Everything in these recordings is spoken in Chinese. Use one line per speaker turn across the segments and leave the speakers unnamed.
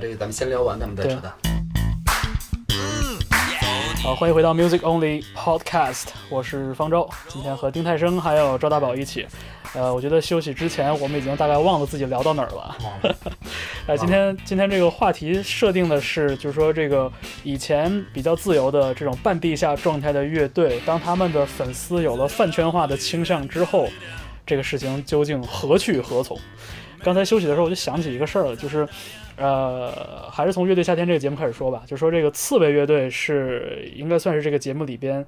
这个咱们先聊完，咱们再扯淡。
好，呃欢迎回到 Music Only Podcast，我是方舟。今天和丁太生还有赵大宝一起，呃，我觉得休息之前我们已经大概忘了自己聊到哪儿了。
哦
呃，今天今天这个话题设定的是，就是说这个以前比较自由的这种半地下状态的乐队，当他们的粉丝有了饭圈化的倾向之后，这个事情究竟何去何从？刚才休息的时候我就想起一个事儿了，就是。呃，还是从《乐队夏天》这个节目开始说吧，就说这个刺猬乐队是应该算是这个节目里边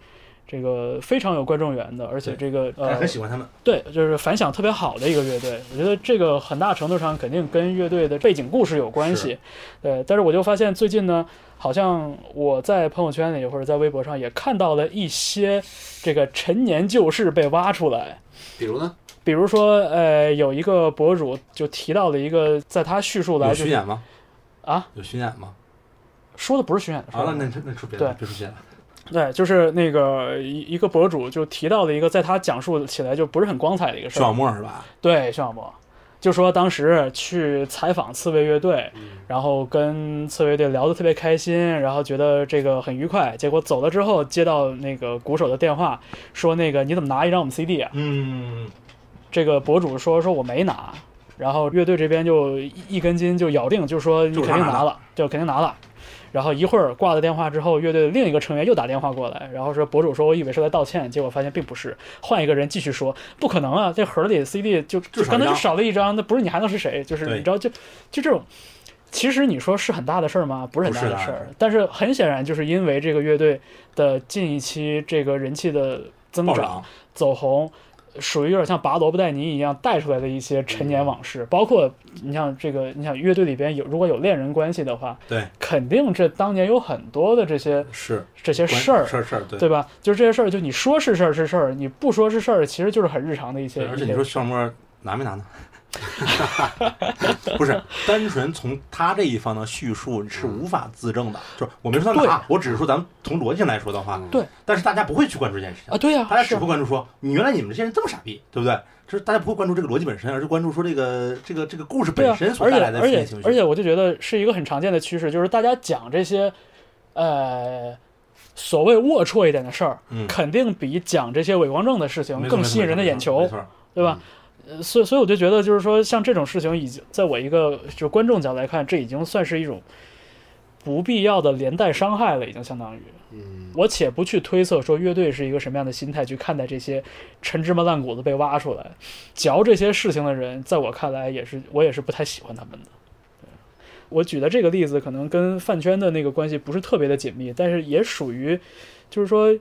这个非常有观众缘的，而且这个
大家
呃
很喜欢他们。
对，就是反响特别好的一个乐队。我觉得这个很大程度上肯定跟乐队的背景故事有关系。对，但是我就发现最近呢，好像我在朋友圈里或者在微博上也看到了一些这个陈年旧事被挖出来。
比如呢？
比如说，呃，有一个博主就提到了一个，在他叙述来
有
就
巡
是
演吗？
啊，
有巡演吗？
说的不是巡演的事
好
儿
了，那那说别的，
对
别说别的。
对，就是那个一一个博主就提到了一个，在他讲述起来就不是很光彩的一个事
徐
儿
小。沫是吧？
对，徐小沫就说当时去采访刺猬乐队，
嗯
然后跟刺猬乐队聊得特别开心，然后觉得这个很愉快。结果走了之后，接到那个鼓手的电话，说那个你怎么拿一张我们 CD 啊？
嗯，
这个博主说说我没拿，然后乐队这边就一一根筋就咬定，就说你
就是
肯
他
定拿
拿的
了，就肯定拿了。然后一会儿挂了电话之后，乐队的另一个成员又打电话过来，然后说博主说我以为是在道歉，结果发现并不是，换一个人继续说不可能啊，这盒里 CD 就就
就少
刚
一
才就
张
少了一张，那不是你还能是谁？就是
对
你知道就就这种。其实你说是很大的事儿吗？不是很大
不是
的
大
事
的
儿，但是很显然就是因为这个乐队的近一期这个人气的增
暴
长，
涨。
走红，属于有点像拔萝卜带泥一样带出来的一些陈
嗯
年往事，包括你像这个，你想乐队里边有如果有恋人关系的话，
对，
肯定这当年有很多的这些
是
这些事儿，
事儿事儿对。
对吧？就是这些事儿，就你说是事儿是事儿，你不说是事儿，其实就是很日常的一些
对，。而且你说
一些
徐小沫拿没拿呢？ 不是，单纯从他这一方的叙述是无法自证的。就是我没说他拿，我只是说咱们从逻辑上来说的话，
对。
但是大家不会去关注这件事
嗯
情
啊，，对呀、
大家
是
只
啊
会关注说，你原来你们这些人这么傻逼，对不对？就是大家不会关注这个逻辑本身，而是关注说这个这个这个故事
对
本
啊
身，所
而且
带来的负
而
面
且
情绪。
而且，我就觉得是一个很常见的趋势，就是大家讲这些，呃，所谓龌龊一点的事儿，
嗯
肯定比讲这些伪光正的事情
没错
更吸引人的眼球，
没错没错
对吧？呃，所以所以我就觉得，就是说，像这种事情，已经在我一个就是观众角度来看，这已经算是一种不必要的连带伤害了，已经相当于。
嗯，
我且不去推测说乐队是一个什么样的心态去看待这些陈芝麻烂谷子被挖出来、嚼这些事情的人，在我看来也是我也是不太喜欢他们的。对我举的这个例子可能跟饭圈的那个关系不是特别的紧密，但是也属于，就是说，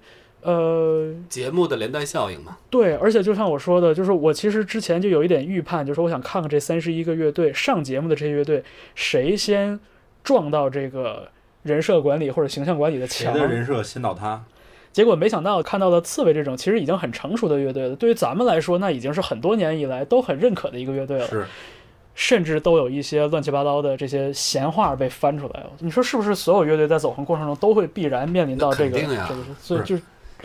呃，
节目的连带效应嘛，
对，而且就像我说的，就是我其实之前就有一点预判，就是我想看看这三十一个乐队上节目的这些乐队，谁先撞到这个人设管理或者形象管理的
谁
墙。
的人设先到他？
结果没想到看到了刺猬这种其实已经很成熟的乐队了，对于咱们来说，那已经是很多年以来都很认可的一个乐队了，
是
甚至都有一些乱七八糟的这些闲话被翻出来了。你说是不是？所有乐队在走红过程中都会必然面临到这
那
个，
肯定呀
这个是，所以
不是
就是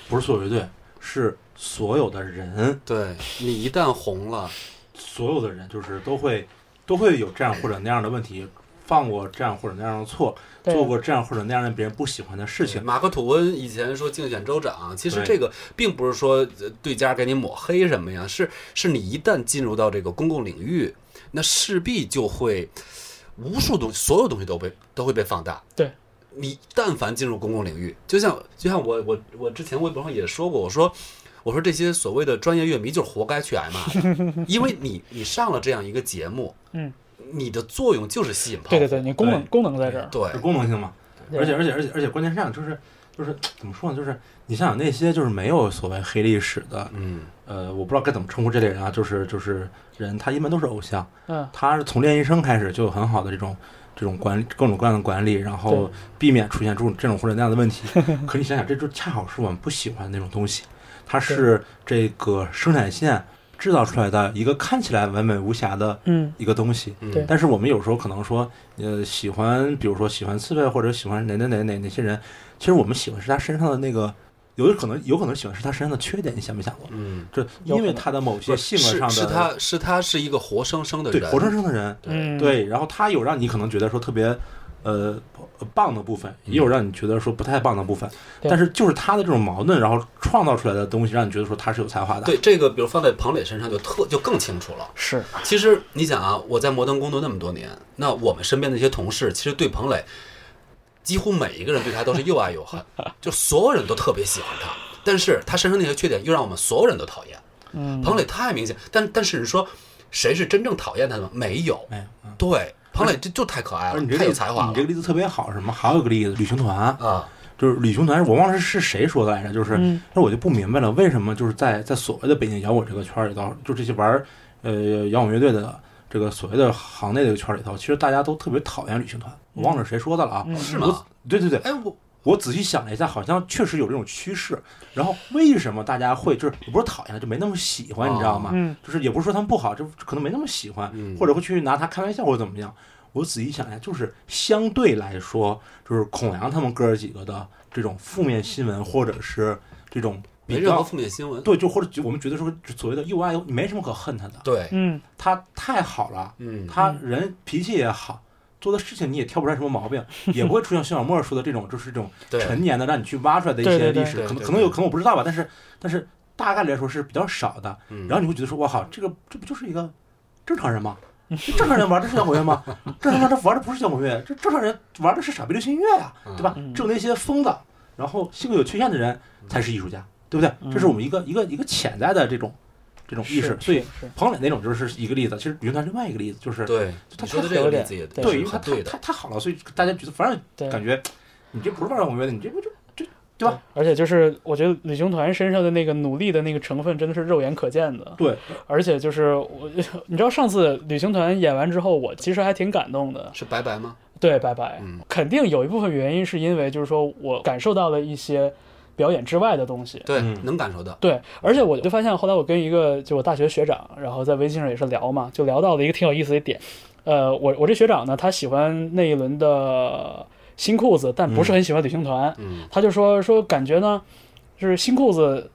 不是所有乐队？是所有的人，
对你一旦红了，
所有的人就是都会都会有这样或者那样的问题，犯过这样或者那样的错，
对
做过这样或者那样让别人不喜欢的事情。
马克吐温以前说竞选州长，其实
对
这个并不是说呃对家给你抹黑什么呀，是是你一旦进入到这个公共领域，那势必就会无数东所有东西都被都会被放大。
对，
你但凡进入公共领域，就像就像我我我之前微博上也说过，我说。我说这些所谓的专业乐迷就是活该去挨骂的， 因为你你上了这样一个节目，
嗯，
你的作用就是吸引炮火，
对对对，你功能
对
功能在这儿，
对
是功能性嘛？
对
而且而且而且而且，关键是这样，就是就是怎么说呢？就是你想想那些就是没有所谓黑历史的，
嗯，
呃，我不知道该怎么称呼这类人啊，就是就是人，他一般都是偶像，
嗯，
他是从练习生开始就有很好的这种这种管理各种各样的管理，然后
对
避免出现这种这种或者那样的问题。 可你想想，这就恰好是我们不喜欢的那种东西，它是这个生产线制造出来的一个看起来完美无瑕的
嗯，
一个东西。
嗯
对
但是我们有时候可能说，呃，喜欢，比如说喜欢刺猬或者喜欢哪哪哪哪哪些人，其实我们喜欢是他身上的那个有可能有可能喜欢是他身上的缺点，你想没想过？
嗯，
这
有
因
可
为
能
他的某些性格
是
上的
是他是他是一个活生生的
对
人，
活生生的人，
对，
嗯，
对，然后他有让你可能觉得说特别呃棒的部分，也有让你觉得说不太棒的部分，
嗯对
但是就是他的这种矛盾，然后创造出来的东西，让你觉得说他是有才华的。
对这个，比如放在彭磊身上就特就更清楚了。
是
其实你想啊，我在摩登工作那么多年，那我们身边的一些同事，其实对彭磊，几乎每一个人对他都是又爱又恨，就所有人都特别喜欢他，但是他身上那些缺点又让我们所有人都讨厌。
嗯，
彭磊太明显，但但是你说谁是真正讨厌他的吗？没有。
没有，嗯
对，彭磊这就太可爱
而
了
你，这
啊太
个
有才华
你
了
这个例子特别好。什么？还有一个例子，旅行团，
啊！
就是旅行团，我忘了是谁说的来着，就是，
嗯
那我就不明白了，为什么就是在在所谓的北京摇滚这个圈儿里头，就这些玩呃摇滚乐队的这个所谓的行内这个圈儿里头，其实大家都特别讨厌旅行团。我忘了是谁说的了啊？
嗯
是吗？
对对对，
哎，我
我仔细想了一下，好像确实有这种趋势。然后为什么大家会就是也不是讨厌，就没那么喜欢，
哦
你知道吗？
嗯
就是也不是说他们不好，就可能没那么喜欢，
嗯
或者会去拿他开玩笑或者怎么样。我仔细想一下，就是相对来说，就是孔良他们哥儿几个的这种负面新闻，或者是这种
没
比
任何
较
负面新闻。
对，就或者我们觉得说所谓的又爱又你没什么可恨他的，
对，
嗯
他太好了，
嗯，
他人脾气也好，做的事情你也挑不出来什么毛病，也不会出现徐小沫说的这种就是这种
对，
陈年的让你去挖出来的一
对
些
对对
历史，
对
可能
对
可能有
对
可能我不知道吧，但是但是大概来说是比较少的。
嗯
然后你会觉得说，我靠，这个这不就是一个正常人吗？这正常人玩的是摇滚乐吗？正常人玩的不是摇滚乐，这正常人玩的是傻逼流行音乐呀、对吧
嗯？
只有那些疯子，然后性格有缺陷的人
嗯
才是艺术家，对不对？这是我们一个一个一个潜在的这种这种意识。
是
所以
是是
彭磊那种就是一个例子，其实云团另外一个例子就是
对，
他
你说的
太
这个
有
例
点
子也
对
对，
是
因为他
很
太
对的
他。太好了，所以大家觉得反
对
正感觉你这不是玩摇滚乐的，你这不就这对吧？
而且就是我觉得旅行团身上的那个努力的那个成分真的是肉眼可见的，
对，
而且就是我， 你知道上次旅行团演完之后，我其实还挺感动的。
是拜拜吗？
对，拜拜，
嗯
肯定有一部分原因是因为就是说我感受到了一些表演之外的东西。
对，
嗯
能感受到。
对，而且我就发现，后来我跟一个就我大学学长，然后在微信上也是聊嘛，就聊到了一个挺有意思的点。呃，我我这学长呢，他喜欢那一轮的新裤子，但不是很喜欢旅行团。
嗯
他就说说感觉呢，就是新裤子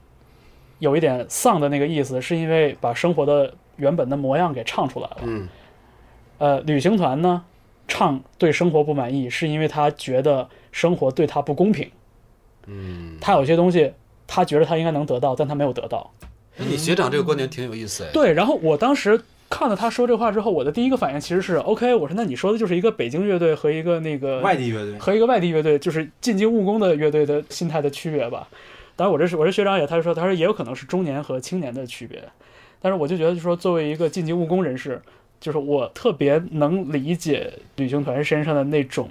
有一点丧的那个意思，是因为把生活的原本的模样给唱出来了。
嗯
呃，旅行团呢，唱对生活不满意，是因为他觉得生活对他不公平，
嗯，
他有些东西他觉得他应该能得到，但他没有得到。
哎你学长这个观点挺有意思哎。
对，然后我当时看了他说这话之后，我的第一个反应其实是 OK，我说那你说的就是一个北京乐队和一个那
呃
个
外地乐队
和一个外地乐队，就是进京务工的乐队的心态的区别吧。当然，我这是我这学长也他说，他说也有可能是中年和青年的区别。但是我就觉得，就是说作为一个进京务工人士，就是我特别能理解旅行团身上的那种，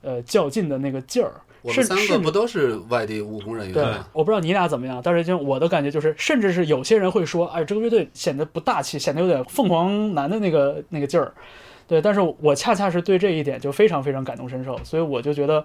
呃，较劲的那个劲儿。
我
是
们三
是
个不都是外地务工人员
对
吗？，
我不知道你俩怎么样，但是就我的感觉就是，甚至是有些人会说，哎，这个乐队显得不大气，显得有点凤凰男的那个那个劲儿。对，但是我恰恰是对这一点就非常非常感同身受，所以我就觉得，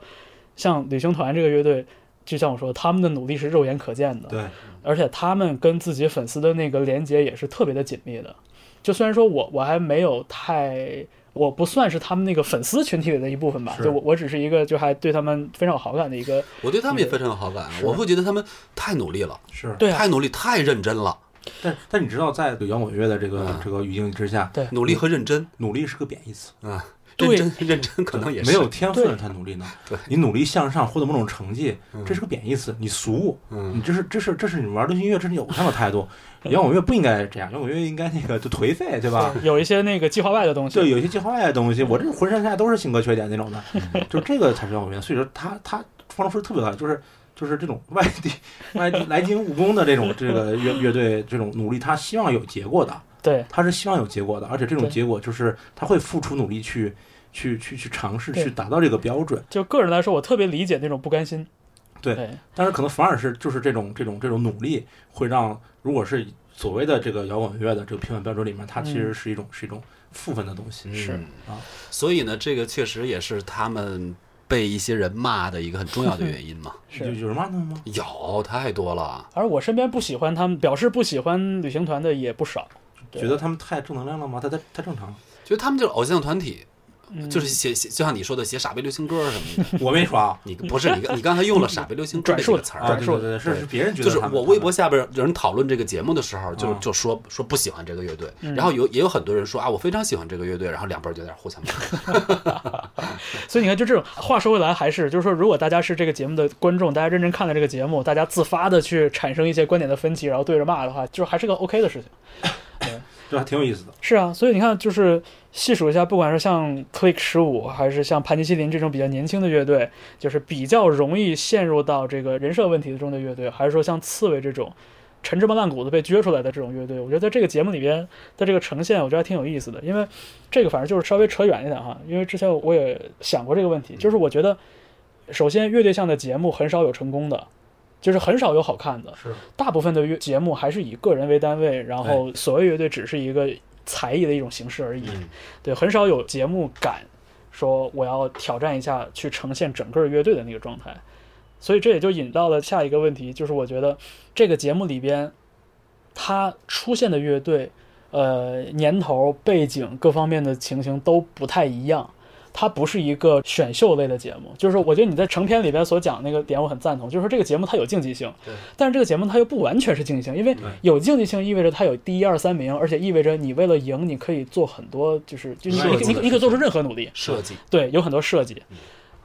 像旅行团这个乐队，就像我说，他们的努力是肉眼可见的，
对，
而且他们跟自己粉丝的那个连接也是特别的紧密的。就虽然说我我还没有太，我不算是他们那个粉丝群体里的一部分吧，
是
就我我只是一个就还对他们非常有好感的一个，
我对他们也非常有好感，
是
我会觉得他们太努力了，
是。
对啊
太，努力，太认真了，
但但你知道，在摇滚乐的这个
嗯
这个语境之下，
对
努力和认真
努力是个贬义词，
啊，
对
认真认真可能也是
没有天分
对
的才努力呢。
对
你努力向上，获得某种成绩，
嗯
这是个贬义词，你俗，
嗯
你这是这是这是你玩流行音乐，这是你偶像的态度。摇滚乐不应该这样，摇滚乐应该那个就颓废，对吧？
有一些那个计划外的东西。
啊对，有些计划外的东西，我这浑身上下都是性格缺点那种的，
嗯
就这个才是摇滚乐。所以说他他方说的特别好，就是就是这种外地外地来京务工的这种这个乐乐队这种努力，他希望有结果的，
对
他是希望有结果的，而且这种
对
结果就是他会付出努力去去去去尝试
对
去达到这个标准。
就个人来说，我特别理解那种不甘心。
对但是可能反而是就是这种这种这种努力会让，如果是所谓的这个摇滚乐的这个评判标准里面，它其实
嗯
是一种、是一种负分的东西。
是
嗯
啊
所以呢，这个确实也是他们被一些人骂的一个很重要的原因 嘛，
有
是。
有人骂他们吗？
有太多了，
而我身边不喜欢他们，表示不喜欢旅行团的也不少。对
觉得他们太正能量了吗？他太太正常了。
就他们就是偶像团体。
嗯
就是写写，就像你说的写傻逼流行歌什么的。
我没说啊，
你不是你，你刚才用了“傻逼流行歌”这个词
啊
儿，
对
述
对对，是是别人觉
就
得
是
他们
我微博下边有人讨论这个节目的时候，就
嗯
就说说不喜欢这个乐队，
嗯
然后有也有很多人说啊，我非常喜欢这个乐队，然后两边就有点互 相骂。
所以你看，就这种话说回来，还是就是说，如果大家是这个节目的观众，大家认真看了这个节目，大家自发的去产生一些观点的分歧，然后对着骂的话，就是还是个 OK 的事情。
就还挺有意思的。
是啊，所以你看，就是细数一下，不管是像 Click 十五，还是像盘尼西林这种比较年轻的乐队，就是比较容易陷入到这个人设问题中的乐队，还是说像刺猬这种陈芝麻烂谷子被撅出来的这种乐队，我觉得在这个节目里边的这个呈现，我觉得还挺有意思的。因为这个反正就是稍微扯远一点哈，因为之前我也想过这个问题，就是我觉得，首先乐队向的节目很少有成功的。就是很少有好看的，
是
大部分的乐节目还是以个人为单位，然后所谓乐队只是一个才艺的一种形式而已。
嗯
对，很少有节目敢说我要挑战一下，去呈现整个乐队的那个状态。所以这也就引到了下一个问题，就是我觉得这个节目里边，它出现的乐队，呃，年头、背景各方面的情形都不太一样。它不是一个选秀类的节目，就是我觉得你在成片里边所讲那个点，我很赞同，就是说这个节目它有竞技性
对，
但是这个节目它又不完全是竞技性，因为有竞技性意味着它有第一、二、三名，而且意味着你为了赢，你可以做很多，就是就你
设计
你
的
你可以做出任何努力，
设计，
对，有很多设计
嗯，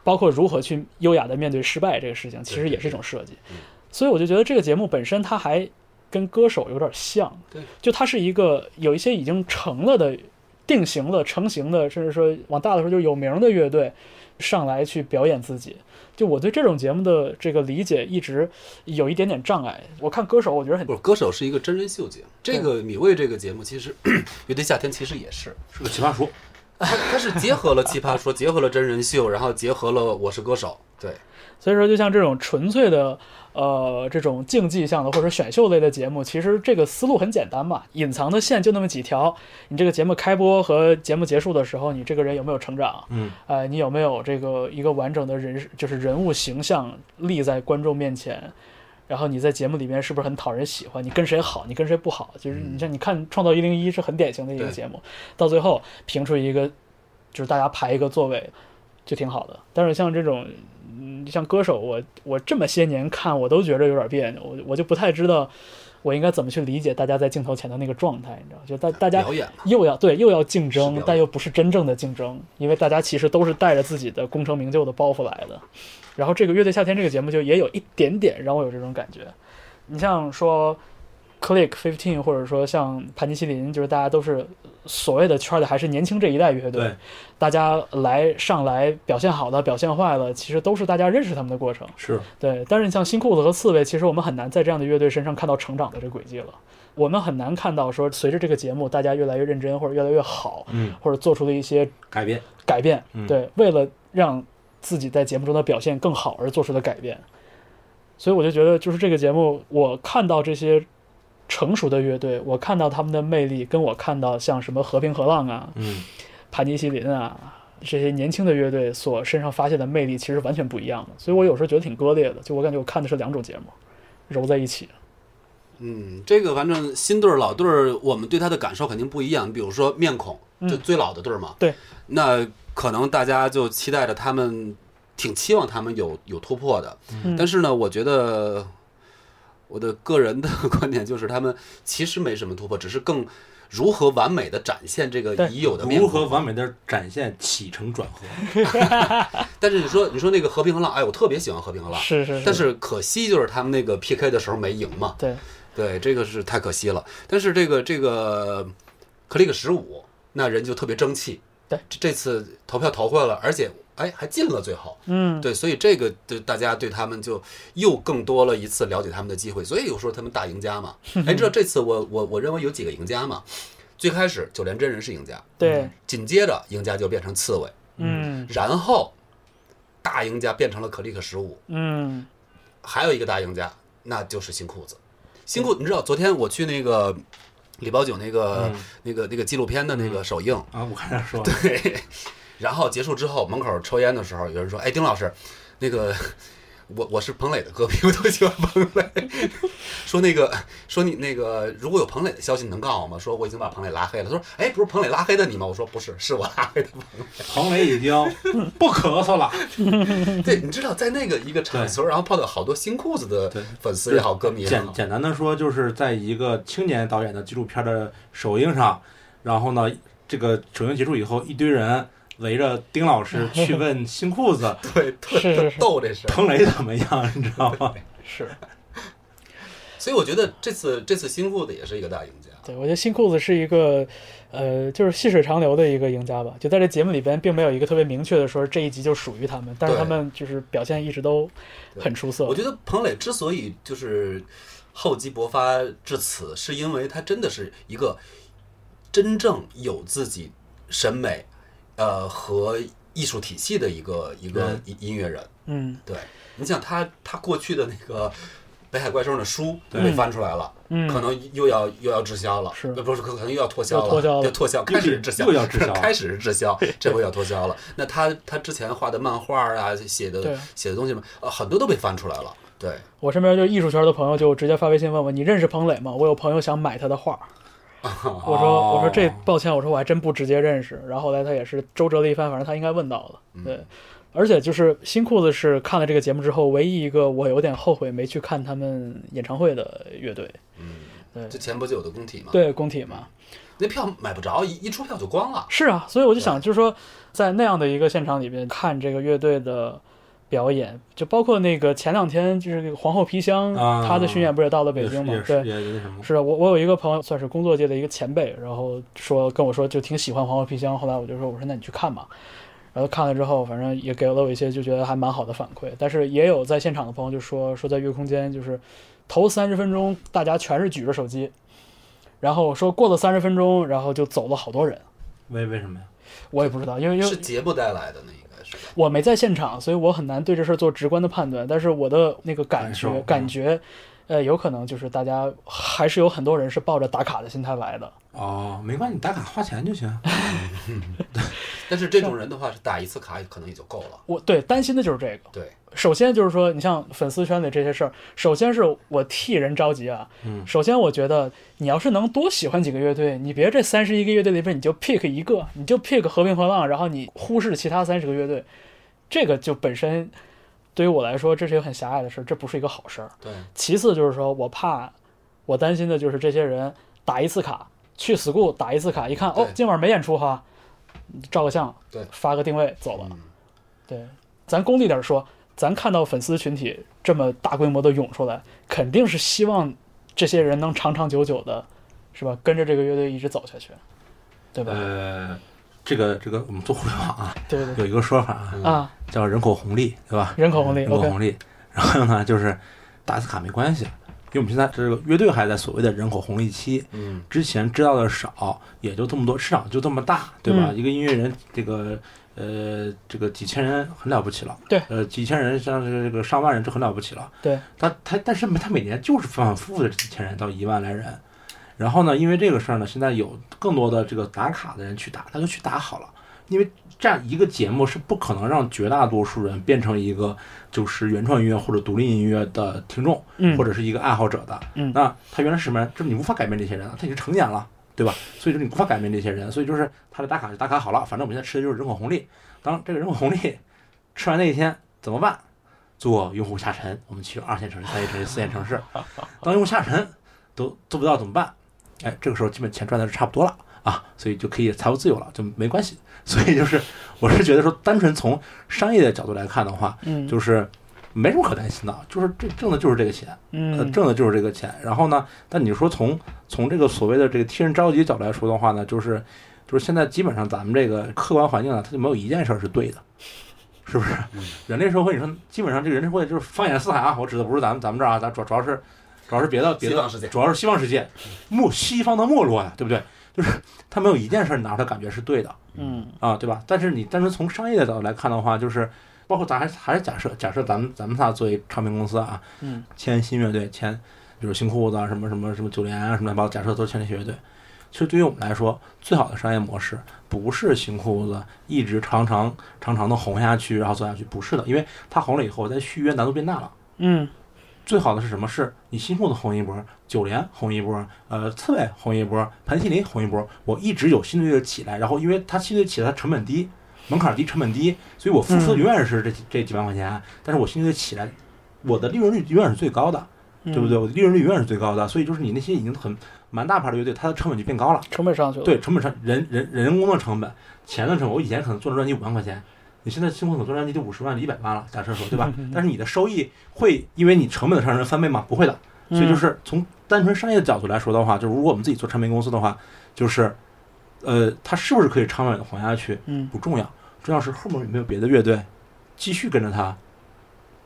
包括如何去优雅的面对失败这个事情，其实
对
也是一种设计
对嗯。
所以我就觉得这个节目本身它还跟歌手有点像
对，
就它是一个有一些已经成了的、定型了、成型的，甚至说往大的说就是有名的乐队上来去表演自己。就我对这种节目的这个理解一直有一点点障碍。我看歌手，我觉得很
不是歌手是一个真人秀节目。这个米未这个节目其实乐队夏天其实也是，
是个奇葩说，
它它是结合了奇葩说，结合了真人秀，然后结合了我是歌手，对，
所以说，就像这种纯粹的，呃，这种竞技项的或者选秀类的节目，其实这个思路很简单嘛，隐藏的线就那么几条。你这个节目开播和节目结束的时候，你这个人有没有成长？
嗯，
呃，你有没有这个一个完整的人，就是人物形象立在观众面前？然后你在节目里面是不是很讨人喜欢？你跟谁好，你跟谁不好？就是你像你看《创造一零一》是很典型的一个
对
节目，到最后评出一个，就是大家排一个座位，就挺好的。但是像这种，嗯，像歌手，我我这么些年看，我都觉着有点别扭，我我就不太知道我应该怎么去理解大家在镜头前的那个状态，你知道？就大大家
表演嘛，
又要对又要竞
是表
争
演，
但又不是真正的竞争，因为大家其实都是带着自己的功成名就的包袱来的。然后这个《乐队夏天》这个节目就也有一点点让我有这种感觉。你像说 Click Fifteen，或者说像盘尼西林，就是大家都是所谓的圈里还是年轻这一代乐队，
对，
大家来上来表现好的、表现坏了，其实都是大家认识他们的过程。
是
对，但是你像新裤子和刺猬，其实我们很难在这样的乐队身上看到成长的这轨迹了。我们很难看到说，随着这个节目，大家越来越认真，或者越来越好，
嗯，
或者做出了一些
改编
改变。
嗯
对，为了让自己在节目中的表现更好而做出的改变。所以我就觉得，就是这个节目，我看到这些成熟的乐队，我看到他们的魅力，跟我看到像什么和平和浪啊、
嗯，
盘尼西林啊这些年轻的乐队所身上发现的魅力其实完全不一样的，所以我有时候觉得挺割裂的，就我感觉我看的是两种节目揉在一起。
嗯，这个反正新对儿老对儿，我们对他的感受肯定不一样。你比如说面孔，
嗯
就最老的对儿嘛，
对，
那可能大家就期待着他们，挺期望他们有有突破的。
嗯
但是呢，我觉得我的个人的观点就是，他们其实没什么突破，只是更如何完美的展现这
对
个已有的面
如
孔。
何完美的展现起承转合，
但是你说你说那个和平和浪，哎，我特别喜欢和平和浪，
是是是，
但是可惜就是他们那个 PK 的时候没赢嘛。
对，
对，这个是太可惜了。但是这个这个 Click 十五，那人就特别争气。
对
这，这次投票投回来了，而且哎还进了最后。
嗯，
对，所以这个对大家对他们就又更多了一次了解他们的机会。所以有时候他们大赢家 嘛。哎，知道这次我我我认为有几个赢家嘛？最开始九连真人是赢家，嗯
对，
紧接着赢家就变成刺猬，
嗯
然后大赢家变成了 Click 十五，
嗯
还有一个大赢家，那就是新裤子。新裤，你知道，昨天我去那个李宝九那个、
嗯
那个那个纪录片的那个首映，
啊，我刚才说了，
对，然后结束之后，门口抽烟的时候，有人说：“哎，丁老师，那个我我是彭磊的歌迷， 我都喜欢彭磊。说那个说你那个如果有彭磊的消息，你能告诉我吗？说我已经把彭磊拉黑了。他说，哎，不是彭磊拉黑的你吗？我说不是，是我拉黑的。
彭磊已经不咳嗽了，
对，你知道在那个一个场球，然后泡到好多新裤子的
对
粉丝也好，歌迷也
简
好，
简单的说，就是在一个青年导演的纪录片的首映上，然后呢，这个首映结束以后，一堆人围着丁老师 去问新裤子
对，特
是
特
是是
逗这事儿。
彭磊怎么样，你知道吗？
是
所以我觉得这次这次新裤子也是一个大赢家。
对，我觉得新裤子是一个，呃，就是细水长流的一个赢家吧。就在这节目里边，并没有一个特别明确的说这一集就属于他们，但是
对
他们就是表现一直都很出色
我。觉得彭磊之所以就是厚积薄发至此，是因为他真的是一个真正有自己审美，呃和艺术体系的一个一个
人
音音乐人。
嗯
对，你想他他过去的那个。北海怪兽的书
对
被翻出来了，
嗯，
可能又要又要滞销了，
是
呃不是可可能又要脱销了，
又脱销了
又脱销，
又
开始是滞销，
又要滞销
开始是滞销，这回要脱销了。那他他之前画的漫画啊，写
对
的写的东西嘛，呃，很多都被翻出来了，对，
我身边就是艺术圈的朋友就直接发微信问我，你认识彭磊吗？我有朋友想买他的画儿。我说我说
哦
这抱歉，我说我还真不直接认识。然后后来他也是周折了一番，反正他应该问到
嗯
了。对，而且就是新裤子是看了这个节目之后，唯一一个我有点后悔没去看他们演唱会的乐队。
啊
之嗯前不就有的工体吗？，
对，工体嘛，
那票买不着，一一出票就光了。
是啊，所以我就想，就是说，在那样的一个现场里边看这个乐队的表演，就包括那个前两天就是那个皇后皮箱，
啊
他的巡演不是也到了北京嘛
也？是
对
也，是也那什么，
是的，我我有一个朋友，算是工作界的一个前辈，然后说跟我说就挺喜欢《黄河皮箱》，后来我就说我说那你去看吧，然后看了之后，反正也给了我一些就觉得还蛮好的反馈，但是也有在现场的朋友就说说在月空间就是头三十分钟大家全是举着手机，然后说过了三十分钟，然后就走了好多人，
为为什么呀？
我也不知道，因为因为
是节目带来的，那应该是
我没在现场，所以我很难对这事儿做直观的判断。但是我的那个感觉，
感受嗯
感觉，呃，有可能就是大家还是有很多人是抱着打卡的心态来的。
哦，没关系，你打卡花钱 就行。
但是这种人的话，是打一次卡可能也就够了。
我对担心的就是这个。
对，
首先就是说，你像粉丝圈里这些事儿，首先是我替人着急啊。
嗯
首先我觉得你要是能多喜欢几个乐队，你别这三十一个乐队里边你就 pick 一个，你就 pick 和平河浪，然后你忽视其他三十个乐队，这个就本身对于我来说这是一个很狭隘的事儿，这不是一个好事儿。
对，
其次就是说我怕，我担心的就是这些人打一次卡，去 school 打一次卡，一看哦
对，
今晚没演出哈，照个相，
对
发个定位走了。
嗯
对，咱功利点说，咱看到粉丝群体这么大规模的涌出来，肯定是希望这些人能长长久久的，是吧？跟着这个乐队一直走下去，对吧？
呃，这个这个，我们做互联网啊，
对对对
有一个说法啊，
啊，
叫人口红利，对吧？
人口红利
人口
，OK，
红利。 然后呢，就是打次卡没关系，因为我们现在这个乐队还在所谓的人口红利期，
嗯，
之前知道的少，也就这么多，市场就这么大，对吧？
嗯
一个音乐人，这个呃，这个几千人很了不起了，
对
呃，几千人像是这个上万人就很了不起了，
对。
他他但是他每年就是反反复复的几千人到一万来人，然后呢，因为这个事儿呢，现在有更多的这个打卡的人去打，他就去打好了。因为这样一个节目是不可能让绝大多数人变成一个就是原创音乐或者独立音乐的听众，
嗯
或者是一个爱好者的。
嗯
那他原来是什么人？就是你无法改变这些人，啊他已经成年了，对吧？所以说你无法改变这些人，所以就是他的打卡就打卡好了，反正我们现在吃的就是人口红利。当这个人口红利吃完那一天怎么办？做用户下沉，我们去二线城市、三线城市、四线 城市。当用户下沉都做不到怎么办？哎，这个时候基本钱赚的是差不多了啊，所以就可以财务自由了，就没关系。所以就是，我是觉得说，单纯从商业的角度来看的话，
嗯，
就是没什么可担心的，就是这挣的就是这个钱，呃，
嗯，
挣的就是这个钱。然后呢，但你说从从这个所谓的这个替人着急角度来说的话呢，就是就是现在基本上咱们这个客观环境啊呢，它就没有一件事儿是对的，是不是？人类社会，你说基本上这个人类社会就是放眼四海啊，我指的不是咱们咱们这儿啊，咱主主要是主要是别的别
西
的
方世界，
主要是西方世界，没西方的没落呀，对不对？就是他没有一件事儿拿出来感觉是对的
嗯
啊，对吧？但是你单纯从商业的角度来看的话，就是包括咱还还是假设假设咱们咱们仨作为唱片公司啊，
嗯
签新乐队，签比如新裤子啊，什么什么什么九连啊，什么乱七八糟，假设都签这些乐队，其实对于我们来说，最好的商业模式不是新裤子一直长长长长的红下去，然后做下去，不是的，因为它红了以后，再续约难度变大了。
嗯
最好的是什么？是你新裤子红一波，九连红一波，呃，刺猬红一波，盘西林红一波。我一直有新队起来，然后因为它新队起来它成本低，门槛低，成本低，所以我付出的
嗯
永远是这几这几万块钱。但是我新队起来，我的利润率永远是最高的，
嗯，
对不对？？我的利润率永远是最高的，所以就是你那些已经很蛮大牌的乐队，它的成本就变高了。
成本上去了。，？
对，成本上人人人工的成本，钱的成本，我以前可能做张专辑五万块钱，你现在新款做张专辑就五十万、一百万了，假设说对吧但是你的收益会因为你成本的上升翻倍吗？不会的。
嗯
所以就、是从单纯商业的角度来说的话，就如果我们自己做唱片公司的话，就是呃，它是不是可以长远的活下去
嗯，
不重要，重要是后面有没有别的乐队继续跟着它，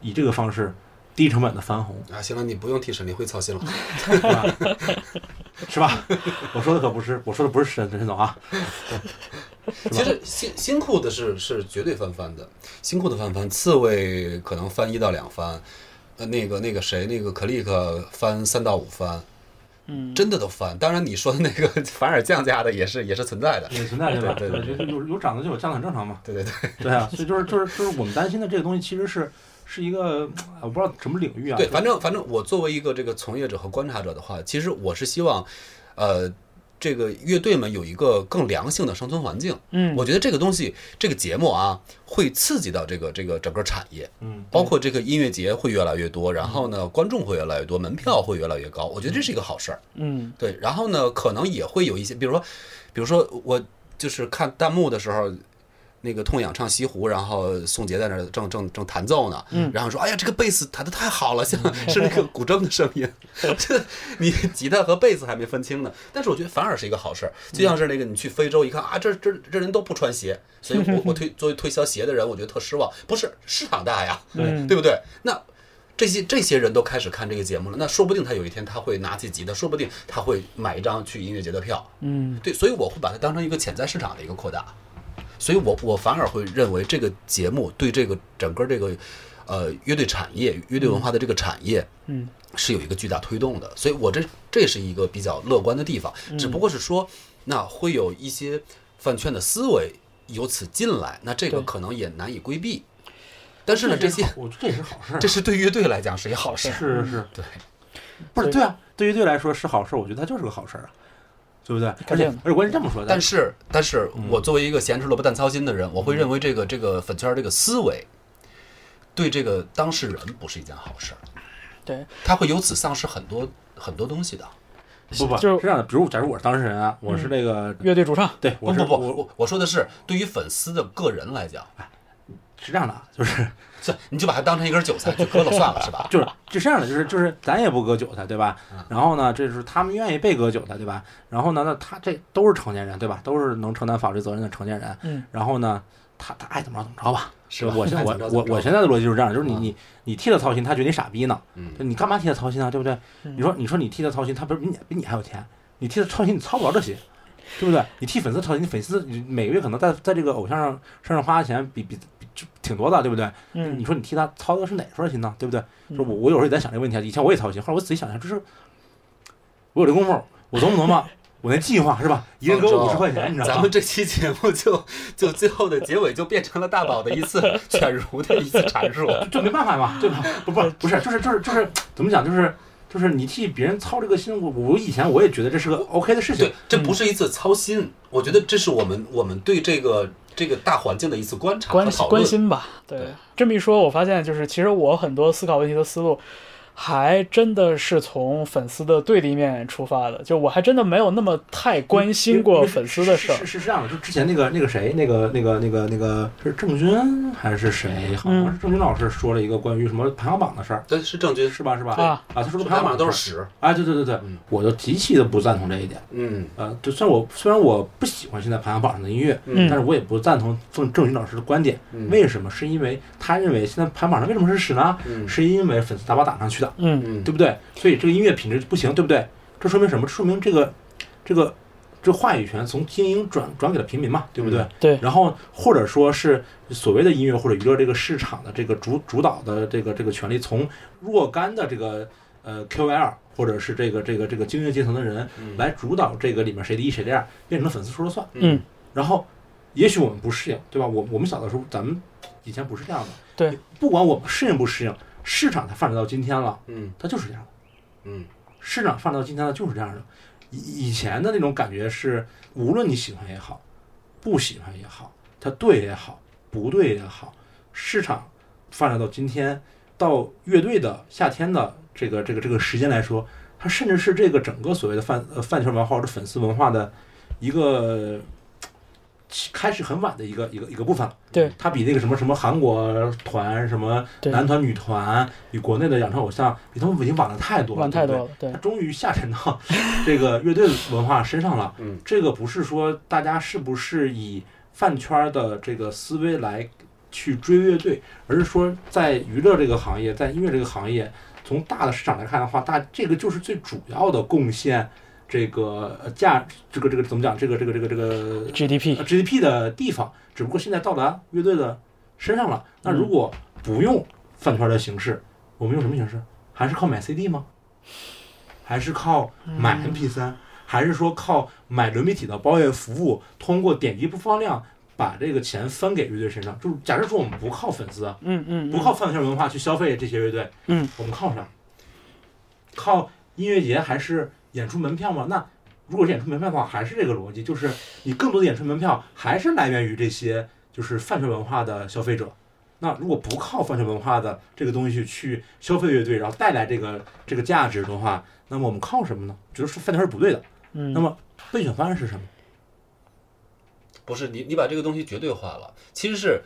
以这个方式低成本的翻红，
啊，行了，你不用替沈立辉操心了。
是吧？ 是吧？ 我说的可不是，我说的不是沈沈总啊。吧
其实新新裤子是是绝对翻番的，新裤子翻番，刺猬可能翻一到两番，呃，那个那个谁，那个可立克翻三到五番，
嗯，
真的都翻。当然你说的那个 凡尔降价的也是也是存在的，
也存在对吧？
对对
对
对
就有有涨的就有降的，很正常嘛。
对对对
对啊，所以就是就是就是我们担心的这个东西其实是是一个呃我不知道什么领域啊。
对，
就是
反正反正我作为一个这个从业者和观察者的话，其实我是希望，呃。这个乐队们有一个更良性的生存环境，
嗯，
我觉得这个东西，这个节目啊，会刺激到这个这个整个产业，
嗯，
包括这个音乐节会越来越多，然后呢，观众会越来越多，门票会越来越高，我觉得这是一个好事儿。
嗯
对，然后呢，可能也会有一些，比如说，比如说我就是看弹幕的时候，那个痛痒唱西湖，然后宋杰在那儿正正正弹奏呢，
嗯
然后说，哎呀，这个贝斯弹的太好了，像是那个古筝的声音，这你 吉他和贝斯还没分清呢。但是我觉得反而是一个好事儿，就像是那个你去非洲一看啊，这这这人都不穿鞋，所以我我推作为推销鞋的人，我觉得特失望，不是市场大呀，
嗯
对不对？那这些这些人都开始看这个节目了，那说不定他有一天他会拿起吉他，说不定他会买一张去音乐节的票。
嗯
对，所以我会把它当成一个潜在市场的一个扩大。所以我我反而会认为这个节目对这个整个这个呃乐队产业、乐队文化的这个产业
嗯
是有一个巨大推动的。所以我这这是一个比较乐观的地方，
嗯
只不过是说那会有一些饭圈的思维由此进来，那这个
对
可能也难以规避。但是呢，这
这是
些
好我觉得这也是好事儿啊。
这是对乐队来讲是一好事。
是是是，
对，
不是
对
对啊？对于队来说是好事儿，我觉得它就是个好事儿啊，对不对？
肯
而且
定
而且关键这么说，
但
是
是但是
嗯
我作为一个咸吃萝卜淡操心的人，我会认为这个这个粉圈儿这个思维，对这个当事人不是一件好事儿，
对，
他会由此丧失很多很多东西的。
不不
就是
这样的，比如假如我是当事人啊，我是这个
乐队主唱，
对，
嗯不
我是
不不，
我
我我说的是对于粉丝的个人来讲，
是这样的啊，就是
这你就把它当成一根韭菜去割了算了，是吧？
就是就这样的，就是就是咱也不割韭菜，对吧
嗯？
然后呢，这是他们愿意被割韭菜，对吧？然后呢，那他这都是成年人，对吧？都是能承担法律责任的成年人。
嗯
然后呢，他他爱怎么着怎么着吧。
是吧
我 现
爱
在我
怎么着怎
我
么着
我现在的逻辑就是这样，就是你
嗯
你你替他操心，他觉得你傻逼呢。
嗯
就你干嘛替他操心啊？对不对？
嗯
你说你说你替他操心，他不是比你比你还有钱？你替他操心，你操不着这些，对不对？你替粉丝操心，你粉丝你每个月可能在在这个偶像上身上花的钱比比比就挺多的，对不对？
嗯，
你说你替他操的是哪份心呢？对不对？
嗯
说我我有时候也在想这个问题啊，以前我也操心，后来我仔细想想，就是我有这功夫，我琢磨琢磨我那计划是吧？一人给我五十块钱，你知道
咱
吗
们？这期节目就就最后的结尾就变成了大宝的一次 犬儒的一次阐述。
这没办法嘛，对吧？不不不是，就是就是就是怎么讲，就是就是你替别人操这个心，我我以前我也觉得这是个 OK 的事情
对，，这
嗯
不是一次操心，我觉得这是我们我们对这个这个大环境的一次观察和
关
讨论。
关心吧。对，
对
这么一说，我发现就是其实我很多思考问题的思路，还真的是从粉丝的对立面出发的。就我还真的没有那么太关心过粉丝的事儿
是。是是这样的，就之前那个那个谁，那个那个那个那个是郑钧还是谁？好
嗯
像是郑钧老师说了一个关于什么排行榜的事儿，
对，是郑钧，
是吧？是吧？
啊
啊，他说个排
他
行
马
榜
上都
的
是
事
十，
儿啊，对对对对
嗯，
我就极其的不赞同这一点。
嗯
呃，就虽然我虽然我不喜欢现在排行榜上的音乐，
嗯
但是我也不赞同郑郑钧老师的观点。
嗯
为什么？是因为他认为现在排行榜上为什么是屎呢？
嗯
是因为粉丝打榜打上去的，
嗯
嗯
对不对？所以这个音乐品质不行，对不对？这说明什么？说明这个这个这话语权从精英转转给了平民嘛，对不对？
嗯
对
然后或者说是所谓的音乐或者娱乐这个市场的这个主主导的这个这个权利，从若干的这个呃 QYR 或者是这个这个这个精英阶层的人
嗯
来主导这个里面谁第一谁第二，变成了粉丝说了算。
嗯，
然后也许我们不适应，对吧？我我们小的时候，咱们以前不是这样的。
对，
不管我们适应不适应，市场它发展到今天了，
嗯
它就是这样的。
嗯
市场发展到今天了就是这样的。以以前的那种感觉是，无论你喜欢也好，不喜欢也好，它对也好，不对也好，市场发展到今天，到乐队的夏天的这个这个这个时间来说，它甚至是这个整个所谓的饭呃饭圈文化或者粉丝文化的一个起开始很晚的一个一个一个部分了。
对，
它比那个什么什么韩国团、什么
对，
男团、女团，比国内的养成偶像，比他们已经晚了太多了，
晚太
对
多
啊不对。
了，对
它，终于下沉到 这个乐队文化身上了。
嗯
这个不是说大家是不是以饭圈的这个思维来去追乐队，而是说在娱乐这个行业，在音乐这个行业，从大的市场来看的话，大这个就是最主要的贡献这个呃价，这个这个怎么讲？这个这个这个这个
GDP，
呃 GDP 的地方，只不过现在到达乐队的身上了。那如果不用饭圈的形式，我们用什么形式？还是靠买 CD 吗？还是靠买
嗯
MP3？还是说靠买流媒体的包月服务，通过点击播放量把这个钱分给乐队身上？就是假设说我们不靠粉丝，
嗯嗯，
不靠饭圈文化去消费这些乐队，
嗯，
我们靠啥？靠音乐节还是演出门票吗？那如果是演出门票的话，还是这个逻辑，就是你更多的演出门票还是来源于这些就是饭圈文化的消费者。那如果不靠饭圈文化的这个东西去消费乐队，然后带来这个这个价值的话，那么我们靠什么呢？觉得说饭圈是不对的。
嗯，
那么备选方案是什么？
不是你，你把这个东西绝对化了，其实是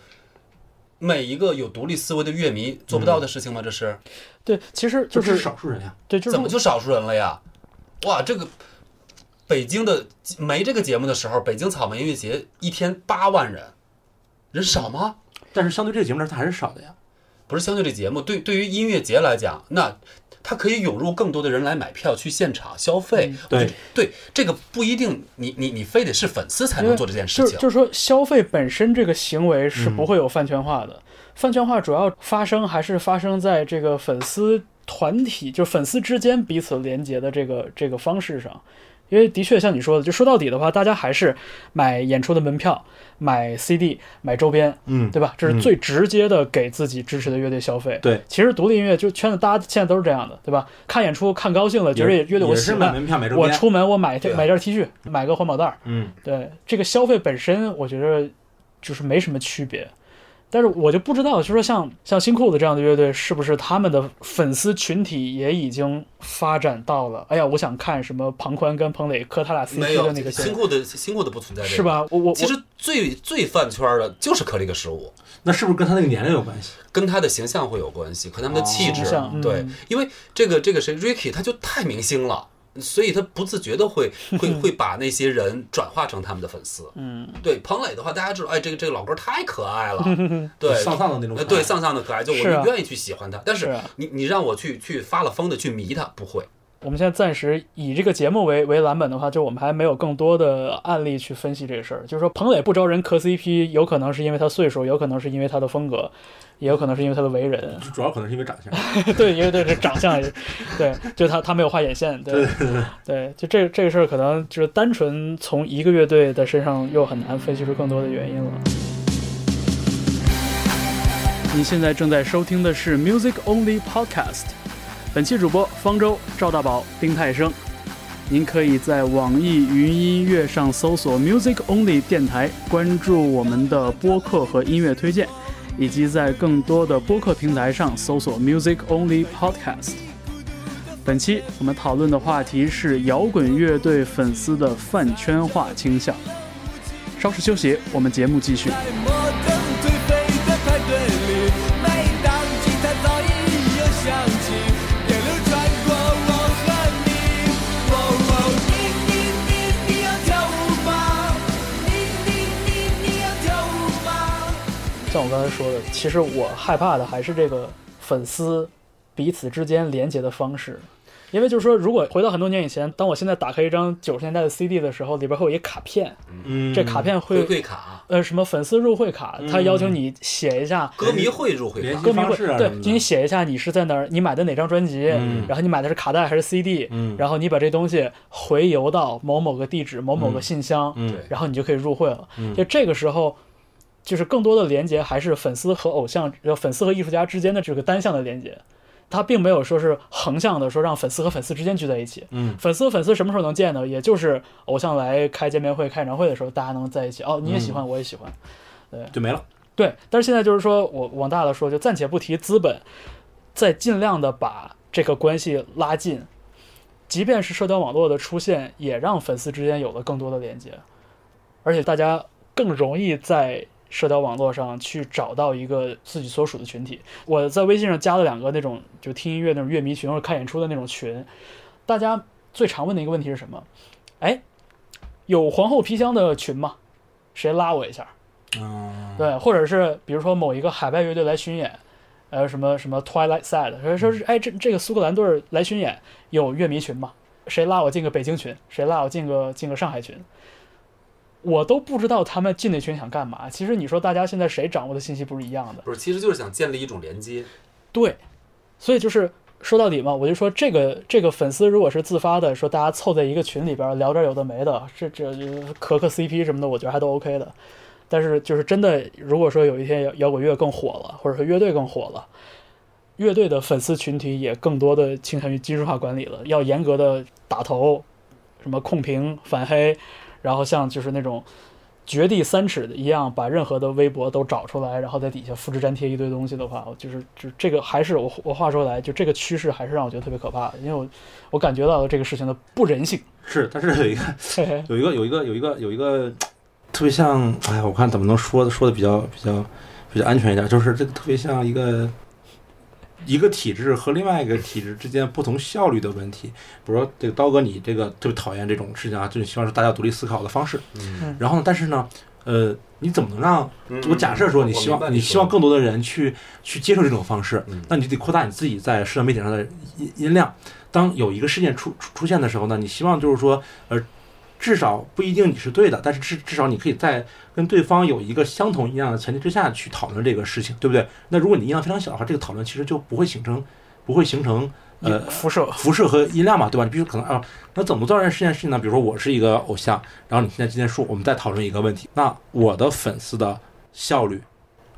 每一个有独立思维的乐迷做不到的事情吗？这是
对，其实就
这
是
是少数人呀。
对，嗯就是
怎么就少数人了呀？哇，这个北京的没这个节目的时候，北京草莓音乐节一天八万人，人少吗？
但是相对这个节目来说，它还是少的呀。
不是，相对这节目对对于音乐节来讲，那它可以涌入更多的人来买票去现场消费。
嗯
对，
对，这个不一定，你你你非得是粉丝才
因为
能做这件事
就
情。
就是说，消费本身这个行为是
嗯
不会有饭圈化的。饭圈化主要发生还是发生在这个粉丝团体，就粉丝之间彼此连接的这个这个方式上。因为的确像你说的，就说到底的话，大家还是买演出的门票、买 CD、买周边，
嗯
对吧？这是最直接的给自己支持的乐队消费。
对，
其实独立音乐就圈子，大家现在都是这样的，对吧？看演出看高兴了，觉得乐队我
也
喜
是买
欢，
门票买周
我
边。
出门我买这
对啊
买件 T 恤，买个环保袋儿，
嗯，
对这个消费本身，我觉得就是没什么区别。但是我就不知道，就说像像新裤子这样的乐队，是不是他们的粉丝群体也已经发展到了？哎呀，我想看什么庞宽跟彭磊磕他俩 CP
没
的
有
那个
新
线，
裤的新裤的不存在这个，
是？吧？我我
其实最最饭圈的就是颗粒个食物，
那是不是跟他那个年龄有关系？我
跟他的形象会有关系，和他们的气质。
形象嗯
对，因为这个这个谁 Ricky 他就太明星了。所以他不自觉的 会会会把那些人转化成他们的粉丝。
嗯，
对，彭磊的话，大家知道，哎，这个这个老哥太可爱 了，对，
丧丧的那种
呃，
款。
对，丧丧的可爱，就我
是啊
们愿意去喜欢他。但
是
是
啊
你你让我去去发了疯的去迷他，不会。
我们现在暂时以这个节目为为蓝本的话，就我们还没有更多的案例去分析这个事儿。就是说，彭磊不招人磕 CP，有可能是因为他岁数，有可能是因为他的风格，也有可能是因为他的为人。
就主要可能是因为长相。
对，因为对这长相也，对，就他他没有画眼线，对对就这这个事儿，可能就是单纯从一个乐队的身上又很难分析出更多的原因了。您现在正在收听的是 Music Only Podcast，本期主播方舟、赵大宝、丁太生。您可以在网易云音乐上搜索 Music Only 电台，关注我们的播客和音乐推荐。以及在更多的播客平台上搜索 Music Only Podcast。本期我们讨论的话题是摇滚乐队粉丝的饭圈化倾向。稍事休息，我们节目继续。
在摩登颓废的派对里，每当吉他噪音又响起，电流穿过我和你。哦哦，你你你你要跳舞吗？你你你你要跳舞吗？
像我刚才说的，其实我害怕的还是这个粉丝彼此之间连接的方式。因为就是说，如果回到很多年以前，当我现在打开一张九十年代的 CD 的时候，里边会有一卡片，
嗯，
这卡片
回
会
馈卡，啊
呃什么粉丝入会卡，他邀请你写一下。
歌迷会入会
联
卡
系
歌迷
方
会
式啊
对
什么，的
就你写一下你是在哪儿，你买的哪张专辑，
嗯
然后你买的是卡带还是 CD，、
嗯
然后你把这东西回邮到某某个地址、某某个信箱，
嗯
对
然后你就可以入会了。
嗯
就这个时候，就是更多的连接还是粉丝和偶像、呃粉丝和艺术家之间的这个单向的连接，它并没有说是横向的说让粉丝和粉丝之间聚在一起。
嗯
粉丝和粉丝什么时候能见呢？也就是偶像来开见面会、开演唱会的时候，大家能在一起。哦，你也喜
嗯
欢，我也喜欢。
就没了。
对，但是现在就是说我往大了说，就暂且不提资本，在尽量的把这个关系拉近。即便是社交网络的出现，也让粉丝之间有了更多的连接，而且大家更容易在社交网络上去找到一个自己所属的群体。我在微信上加了两个那种就听音乐那种乐迷群或者看演出的那种群，大家最常问的一个问题是什么？哎，有皇后皮箱的群吗？谁拉我一下？
嗯，
对，或者是比如说某一个海外乐队来巡演，呃，什么什么 Twilight Side，说说是哎，这这个苏格兰队儿来巡演有乐迷群吗？谁拉我进个北京群？谁拉我进个进个上海群？我都不知道他们进那群想干嘛。其实你说大家现在谁掌握的信息不是一样的？
不是，其实就是想建立一种连接。
对，所以就是说到底嘛，我就说这个这个粉丝如果是自发的，说大家凑在一个群里边儿聊点有的没的，这这呃这磕磕 CP 什么的，我觉得还都 OK 的。但是就是真的，如果说有一天摇摇滚乐更火了，或者说乐队更火了，乐队的粉丝群体也更多的倾向于技术化管理了，要严格的打头，什么控评、反黑，然后像就是那种掘地三尺的一样，把任何的微博都找出来，然后在底下复制粘贴一堆东西的话，我就是就这个还是我我话说回来，就这个趋势还是让我觉得特别可怕的，因为我我感觉到了这个事情的不人性。
是，但是有一个
嘿嘿，
有一个有 一个有一个有一个特别像，哎呀，我看怎么能说的说的比较比较比较安全一点，就是这个特别像一个一个体制和另外一个体制之间不同效率的问题。比如说，这个刀哥，你这个特别讨厌这种事情啊，就是希望是大家独立思考的方式。
嗯，
然后呢，但是呢，呃，你怎么能让我假设说你希
我明白
望你希望
说
更多的人去去接受这种方式
嗯，
那你就得扩大你自己在社交媒体上的音音量。当有一个事件出出出现的时候呢，你希望就是说，呃，至少不一定你是对的，但是至至少你可以在跟对方有一个相同一样的前提之下去讨论这个事情，对不对？那如果你音量非常小的话，这个讨论其实就不会形成不会形成呃
辐射，
辐射和音量嘛，对吧？你必须可能啊，那怎么做这件事情呢？比如说我是一个偶像，然后你现在今天说我们再讨论一个问题，那我的粉丝的效率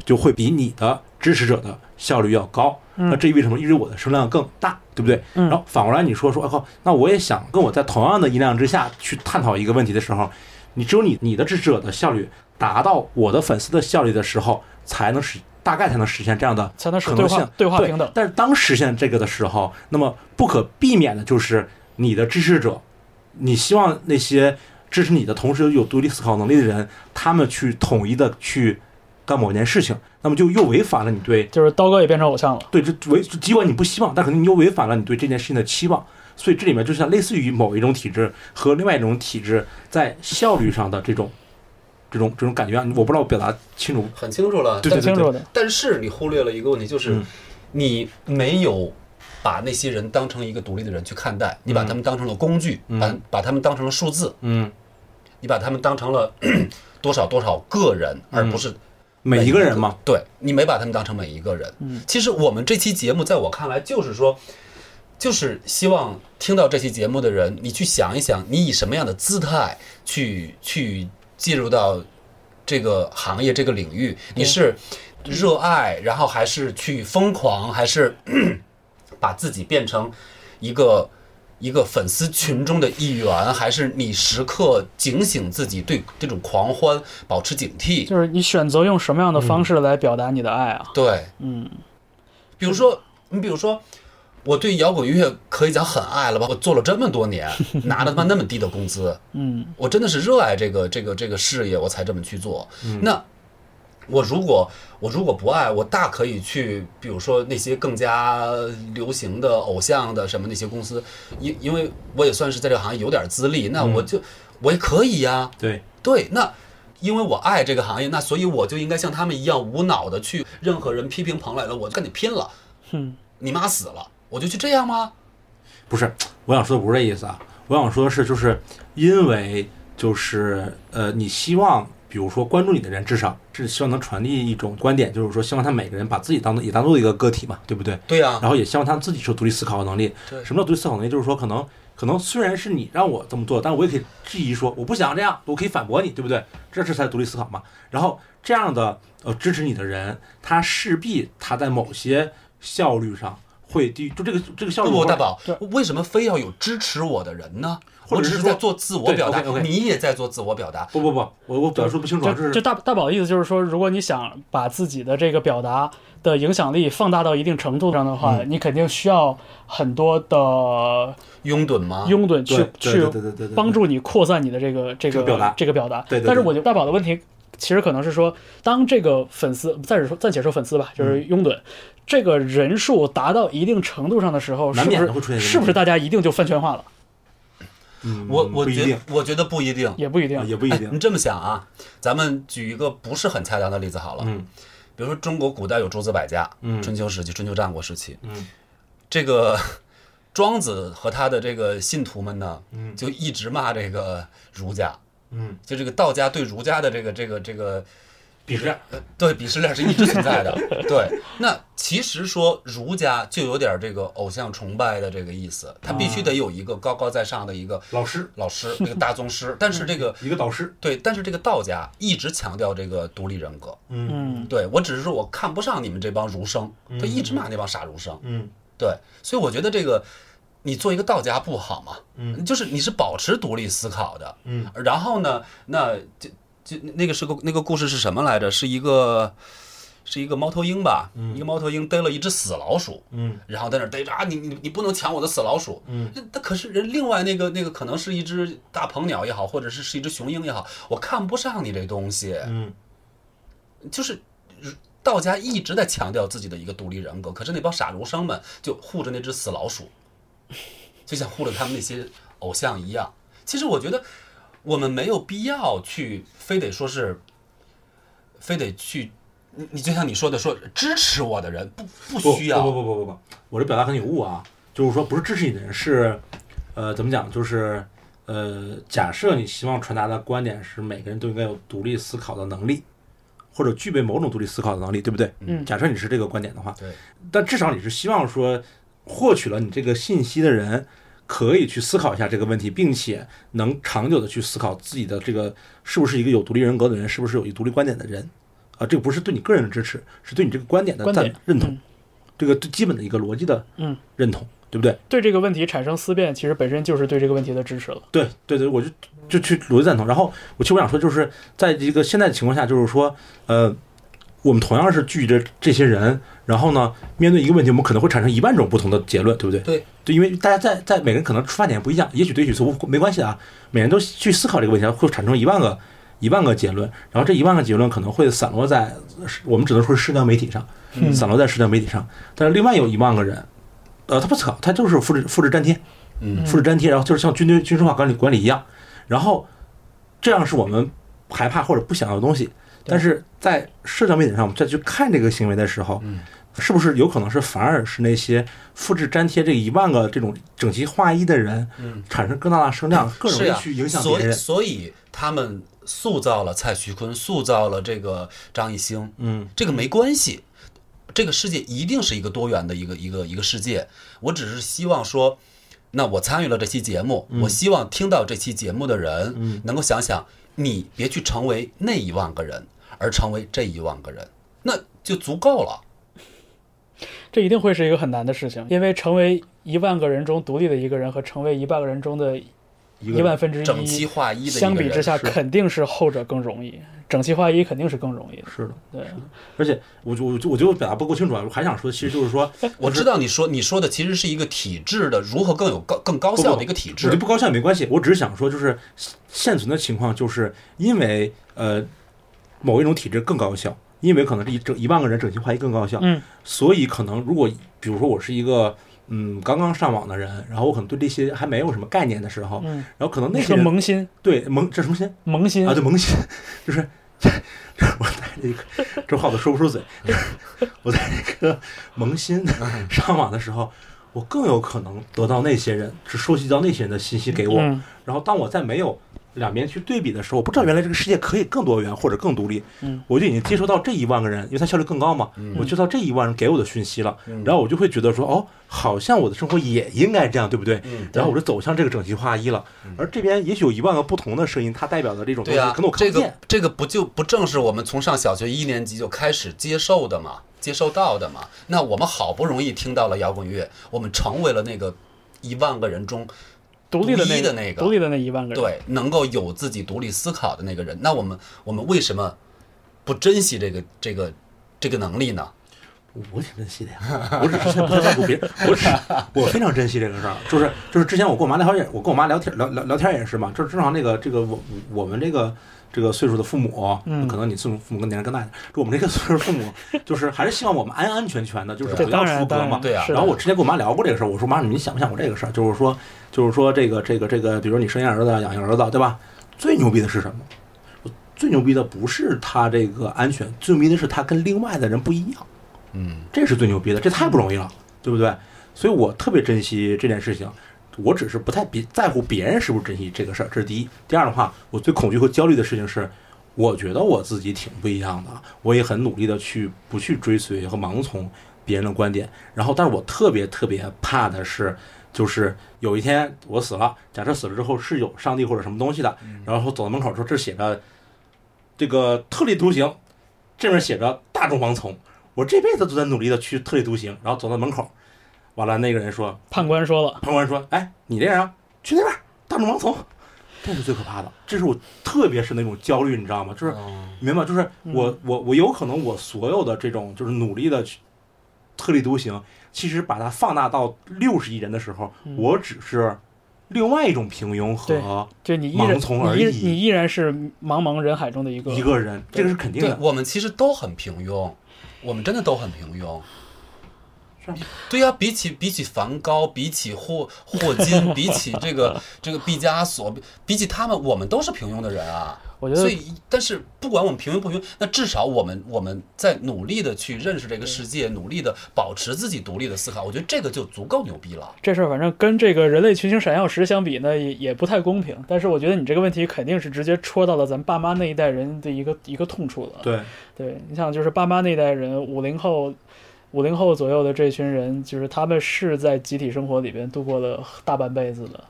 就会比你的支持者的效率要高，
嗯
那这意味着什么？意味着我的声量更大，对不对？
嗯
然后反过来你说说，我、靠，那我也想跟我在同样的音量之下去探讨一个问题的时候，你只有你你的支持者的效率达到我的粉丝的效率的时候，才能实大概才能实现这样的
才能使
可
对
能
话
性
对话平等。
但是当实现这个的时候，那么不可避免的就是你的支持者，你希望那些支持你的同时有独立思考能力的人，他们去统一的去干某件事情，那么就又违反了你对
就是刀哥也变成偶像了，
对这违，尽管你不希望，但可能你又违反了你对这件事情的期望。所以这里面就像类似于某一种体制和另外一种体制在效率上的这种这种这种感觉啊，我不知道我表达清楚。
很清楚了，
对
挺
但
清楚的。
但是你忽略了一个问题，就是
嗯
你没有把那些人当成一个独立的人去看待，你把他们当成了工具，
嗯
把把他们当成了数字，
嗯，
你把他们当成了 多少多少个人，而
嗯
不是
每一个人嘛，，
对你没把他们当成每一个人。
嗯，
其实我们这期节目，在我看来，就是说，就是希望听到这期节目的人，你去想一想，你以什么样的姿态去去进入到这个行业这个领域，你是热爱，然后还是去疯狂，还是把自己变成一个。一个粉丝群中的一员，还是你时刻警醒自己对这种狂欢保持警惕。
就是你选择用什么样的方式来表达你的爱啊？
对，
嗯，
比如说，你比如说，我对摇滚乐可以讲很爱了吧？我做了这么多年，拿了他妈那么低的工资，
嗯，
我真的是热爱这个这个这个事业，我才这么去做。那我如果我如果不爱，我大可以去，比如说那些更加流行的偶像的什么那些公司，因因为我也算是在这个行业有点资历，那我就、我也可以呀、啊
对，
对，那因为我爱这个行业，那所以我就应该像他们一样无脑的去，任何人批评捧来了，我就跟你拼了，
哼，
你妈死了，我就去这样吗？
不是，我想说的不是这意思啊，我想说的是，就是因为就是呃，你希望，比如说关注你的人，至少是希望能传递一种观点，就是说希望他每个人把自己当做也当做一个个体嘛，对不对？
对呀、
然后也希望他们自己是有独立思考的能力。
对
什么叫独立思考能力？就是说，可能可能虽然是你让我这么做，但我也可以质疑说我不想这样，我可以反驳你，对不对？这这才是独立思考嘛。然后这样的呃支持你的人，他势必他在某些效率上会低于，就这个这个效率
不不，
会
大宝
对，
为什么非要有支持我的人呢？
或
我
者
只
是
是
说
在做自我表达
对，OK，OK，
你也在做自我表达。
不不不，我我表述不清楚啊，
就是就大大宝意思就是说，如果你想把自己的这个表达的影响力放大到一定程度上的话，你肯定需要很多的
拥趸吗？
拥趸去、
对对对对对对
去
对
帮助你扩散你的这个这个
这个表达
这个表达。
对对对
但是我觉得大宝的问题其实可能是说，当这个粉丝暂时说暂且说粉丝
嗯
吧，就是拥趸。这个人数达到一定程度上的时候，是
难
不
免
是
的会出现这个
是不
问
是
题
大家一定就饭圈化了？
嗯
我我
不一
觉
定
得，我觉得不一定。
也不一定。
也不一
哎
定
你，这么想啊？咱们举一个不是很恰当的例子好了，
嗯
比如说中国古代有诸子百家，
嗯
春秋时期、春秋战国时期，
嗯
这个 庄子和他的这个信徒们呢，
嗯
就一直骂这个儒家，
嗯，
就这个道家对儒家的这个这个这个
鄙视
呃对鄙视链是一直存 在的。对，那其实说儒家就有点这个偶像崇拜的这个意思，他
啊
必须得有一个高高在上的一个
老师
老 师，一个大宗师。但是这个
一个导师，
对，但是这个道家一直强调这个独立人格。
嗯，
对我只是说我看不上你们这帮儒生，他一直骂那帮傻儒生。
嗯
对，所以我觉得这个你做一个道家不好嘛，
嗯，
就是你是保持独立思考的，
嗯，
然后呢，那就就那个是个那个故事是什么来着？是一个是一个猫头鹰吧，一个猫头鹰逮了一只死老鼠，
嗯
然后在那儿逮着啊，你你你不能抢我的死老鼠，
嗯，
那可是人另外那个那个可能是一只大鹏鸟也好，或者是是一只雄鹰也好，我看不上你这东西，
嗯
就是道家一直在强调自己的一个独立人格，可是那帮傻儒生们就护着那只死老鼠，就像护着他们那些偶像一样。其实我觉得我们没有必要去非得说是，非得去。你你就像你说的说，支持我的人不不
不
需要，
不不不不不不，我这表达很有误啊，就是说不是支持你的人是，呃，怎么讲，就是呃，假设你希望传达的观点是每个人都应该有独立思考的能力，或者具备某种独立思考的能力，对不对？
嗯
假设你是这个观点的话，
对，
但至少你是希望说，获取了你这个信息的人可以去思考一下这个问题，并且能长久的去思考自己的这个是不是一个有独立人格的人，是不是有一独立观点的人。啊，这个不是对你个人的支持，是对你这个观点的
观
赞
点
认同
嗯。
这个最基本的一个逻辑的
嗯
认同，对不对？
对这个问题产生思辨，其实本身就是对这个问题的支持了。
对对对，我就就去逻辑赞同。然后我其实我想说，就是在这个现在的情况下，就是说，呃，我们同样是聚集着这些人，然后呢，面对一个问题，我们可能会产生一万种不同的结论，对不对？
对，
对，因为大家在在每个人可能出发点不一样，也许对，也许错，没关系啊。每人都去思考这个问题，会产生一万个一万个结论，然后这一万个结论可能会散落在我们只能说是社交媒体上，
嗯
散落在社交媒体上。但是另外有一万个人，呃，他不思考，他就是复制复制粘贴，
嗯
复制粘贴，然后就是像军队军事化管理管理一样，然后这样是我们害怕或者不想要的东西。但是在社交媒体上，我们再去看这个行为的时候，
嗯
是不是有可能是反而是那些复制粘贴这一万个这种整齐划一的人，
嗯哎
产生更大的声量，更容
是
易
呀，
去影响
所
别
以
人？
所以他们塑造了蔡徐坤，塑造了这个张艺兴，
嗯
这个没关系，这个世界一定是一个多元的一个一个一个世界。我只是希望说，那我参与了这期节目，
嗯
我希望听到这期节目的人、能够想想，你别去成为那一万个人，而成为这一万个人，那就足够了。
这一定会是一个很难的事情，因为成为一万个人中独立的一个人和成为一万个人中的
个
一
人
万分之
整齐
一，
划一的一个
相比之
人
下，
是
肯定是后者更容易。整齐划一肯定是更容易的，
是的，
对，
而且我就我就我就表达不够清楚啊，我还想说，其实就是说，
我知道你说你说的其实是一个体制的如何更有高更高效的一个体
我
制
就，不高兴也没关系，我只是想说，就是现存的情况，就是因为呃某一种体制更高效，因为可能是一整一万个人整齐划一更高效，
嗯，
所以可能如果比如说我是一个嗯刚刚上网的人，然后我可能对这些还没有什么概念的时候，
嗯，
然后可哦能那
那
些
个
人
萌新，
对萌这什么心
萌新
啊，对萌新，就是 我在这个 这话都说不出嘴，我在这个萌新上网的时候，我我更有可能得到那些人，只收集到那些人的信息给我。
嗯
然后当我在没有两边去对比的时候，我不知道原来这个世界可以更多元或者更独立，
嗯
我就已经接收到这一万个人，因为它效率更高嘛，我接收到这一万人给我的讯息了，然后我就会觉得说，哦，好像我的生活也应该这样，对不对？
嗯
然后我就走向这个整齐划一了。而这边也许有一万个不同的声音，它代表的啊这种
对
东西，
呀、
可能我看
这
不见。
个这个不就不正是我们从上小学一年级就开始接受的嘛，接受到的嘛？那我们好不容易听到了摇滚乐，我们成为了那个一万个人中
独立的
独一
那
的那个
独立的那一万个人，
对能够有自己独立思考的那个人。那我们我们为什么不珍惜这个这个这个能力呢？
我挺珍惜的呀，我只是现在不太在乎别人， 我只是我非常珍惜这个事儿，就是就是之前我跟我妈聊天，我跟我妈聊天聊聊聊天也是嘛，就是正常那个这个我我们这个这个岁数的父母，
嗯
可能你父母父母跟年龄更大一点，就我们这个 岁数父母，就是还是希望我们安安全全的，就是
对
不
当
要
然
出格
当
嘛
然，
对啊
是的
然后我之前跟我妈聊过这个事儿，我说妈，你想不想过这个事儿？就是说，就是说这个这个这个，比如你生一儿子、养一儿子，对吧？最牛逼的是什么？最牛逼的不是他这个安全，最牛逼的是他跟另外的人不一样，
嗯，
这是最牛逼的，这太不容易了，对不对？所以我特别珍惜这件事情，我只是不太比在乎别人是不是珍惜这个事儿，这是第一。第二的话，我最恐惧和焦虑的事情是，我觉得我自己挺不一样的，我也很努力的去不去追随和盲从别人的观点。然后，但是我特别特别怕的是，就是有一天我死了，假设死了之后是有上帝或者什么东西的，然后走到门口说这写着这个特立独行，这面写着大众盲从。我这辈子都在努力的去特立独行，然后走到门口，完了那个人说，
判官说了，
旁观人说：“哎，你这样啊去那边儿大众盲从。”这是最可怕的，这是我特别是那种焦虑，你知道吗？就是你明白吗，就是
嗯
我我我有可能我所有的这种就是努力的去特立独行，其实把它放大到六十亿人的时候，
嗯
我只是另外一种平庸
对
和
就你依然
盲从而
你依
已
你依然是茫茫人海中的一个
一个人，这个是肯定
对
的。
我们其实都很平庸，我们真的都很平庸。
是吗
对呀、比起比起梵高，比起霍霍金，比起这个这个毕加索，比比起他们，我们都是平庸的人啊。
我觉得
所以，但是不管我们平庸不平庸，那至少我们我们在努力的去认识这个世界，努力的保持自己独立的思考，我觉得这个就足够牛逼了。
这事儿反正跟这个人类群星闪耀时相比呢，也也不太公平。但是我觉得你这个问题肯定是直接戳到了咱爸妈那一代人的一个一个痛处了。
对，
对你像就是爸妈那代人，五零后、五零后左右的这群人，就是他们是在集体生活里边度过了大半辈子的，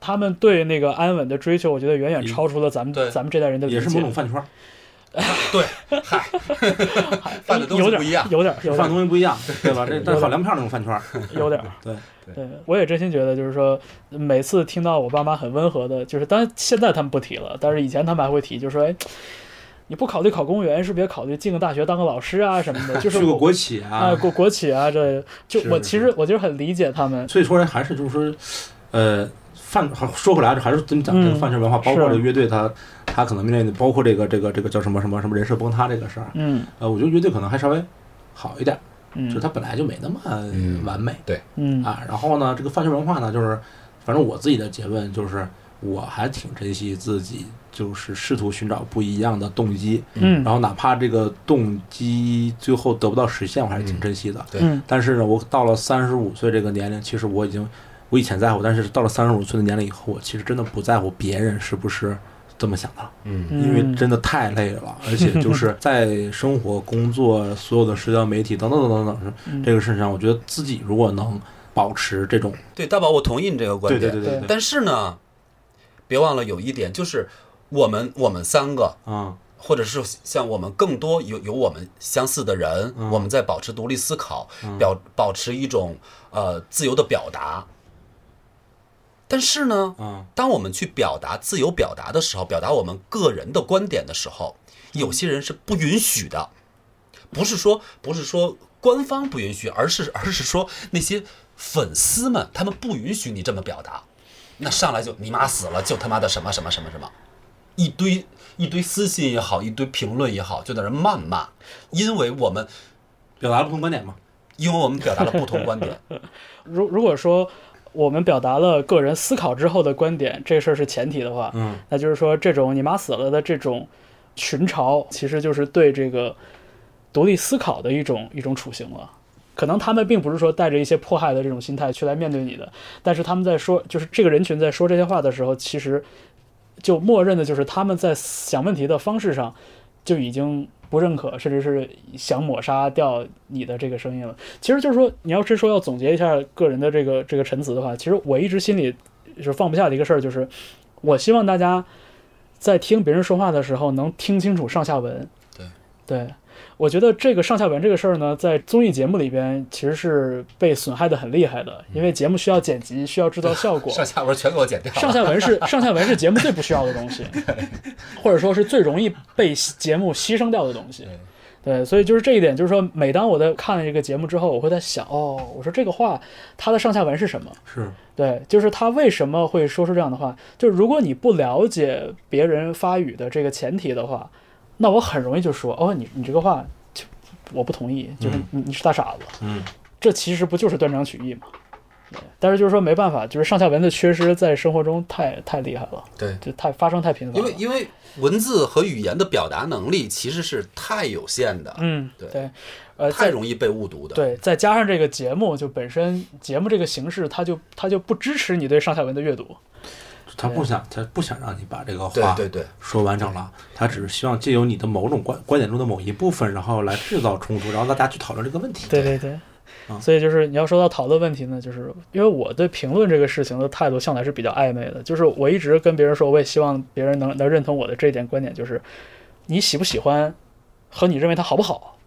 他们对那个安稳的追求，我觉得远远超出了咱们
对
咱们这代人的理
也
解，
是某种饭圈儿，
对，嗨，犯的东西不一样。
有点有
饭
点
东西不一样，对吧？这但是好粮票那种饭圈儿，
有点。
对
对，我也真心觉得，就是说，每次听到我爸妈很温和的，就是当然现在他们不提了，但是以前他们还会提，就说，哎，你不考虑考公务员，是不是也考虑进个大学当个老师啊什么的？就是
去个
我
国企啊
啊，，国国企啊，这就是我
是
其实我就是很理解他们，
所以说还是就是说，呃，饭好说回来，还是咱们讲这
嗯
个饭圈文化，包括
是
这个乐队它，它可能面对的，包括这个这个这个叫什么什么什么人设崩塌这个事儿，
嗯
呃，我觉得乐队可能还稍微好一点，就是
嗯
它本来就没那么
嗯
完美、
嗯
啊。然后呢，这个饭圈文化呢，就是反正我自己的结论就是，我还挺珍惜自己，就是试图寻找不一样的动机，
嗯
然后哪怕这个动机最后得不到实现，我还是挺珍惜的。
嗯
但是呢，我到了三十五岁这个年龄，其实我已经，我以前在乎，但是到了三十五岁的年龄以后，我其实真的不在乎别人是不是这么想的了，
嗯
嗯，
因为真的太累了，而且 就是在生活、工作、所有的社交媒体等等等等等
嗯
这个事情上，我觉得自己如果能保持这种，
对，大宝，我同意你这个观
对
点。
对对
对
对，
但是呢，别忘了有一点，就是我们我们三个，
啊，
或者是像我们更多有有我们相似的人，我们在保持独立思考，表保持一种呃自由的表达。但是呢，
嗯
当我们去表达自由表达的时候，表达我们个人的观点的时候，有些人是不允许的，不是说不是说官方不允许，而是 而是说那些粉丝们他们不允许你这么表达，那上来就你妈死了，就他妈的什么什么什么什么，一堆一堆私信也好，一堆评论也好，就在那儿谩骂，因为我们
表达了不同观点嘛，
因为我们表达了不同观点，
如如果说我们表达了个人思考之后的观点，这事儿是前提的话，
嗯，
那就是说这种你妈死了的这种群嘲，其实就是对这个独立思考的一种一种处刑了。可能他们并不是说带着一些迫害的这种心态去来面对你的，但是他们在说，就是这个人群在说这些话的时候，其实就默认的就是他们在想问题的方式上就已经不认可，甚至是想抹杀掉你的这个声音了。其实就是说，你要是说要总结一下个人的这个这个陈词的话，其实我一直心里是放不下的一个事儿，就是我希望大家在听别人说话的时候能听清楚上下文。
对
对，我觉得这个上下文这个事儿呢，在综艺节目里边其实是被损害的很厉害的，因为节目需要剪辑，需要制造效 果。
上下文全给我剪掉了。
上下文是上下文是节目最不需要的东西，或者说是最容易被节目牺牲掉的东西。对，所以就是这一点，就是说，每当我在看了这个节目之后，我会在想，哦，我说这个话它的上下文是什么？
是
对，就是他为什么会说出这样的话？就是如果你不了解别人发语的这个前提的话，那我很容易就说，哦，你你这个话就我不同意，就是你、你是大傻子。
嗯，
这其实不就是断章取义嘛？对，但是就是说没办法，就是上下文的缺失在生活中太太厉害了，
对，
就太发生太频繁了。
因为因为文字和语言的表达能力其实是太有限的，
嗯，
对
对，呃，
太
在
容易被误读的。，
对，再加上这个节目就本身节目这个形式，它就它就不支持你对上下文的阅读。
他不想他不想让你把这个
对
话
对对
说完整了，他只是希望借由你的某种观观点中的某一部分，然后来制造冲突，然后大家去讨论这个问题。
对对对。
嗯
所以就是你要说到讨论问题呢，就是因为我对评论这个事情的态度向来是比较暧昧的，就是我一直跟别人说，我也希望别人能能认同我的这一点观点，就是你喜不喜欢和你认为它好不好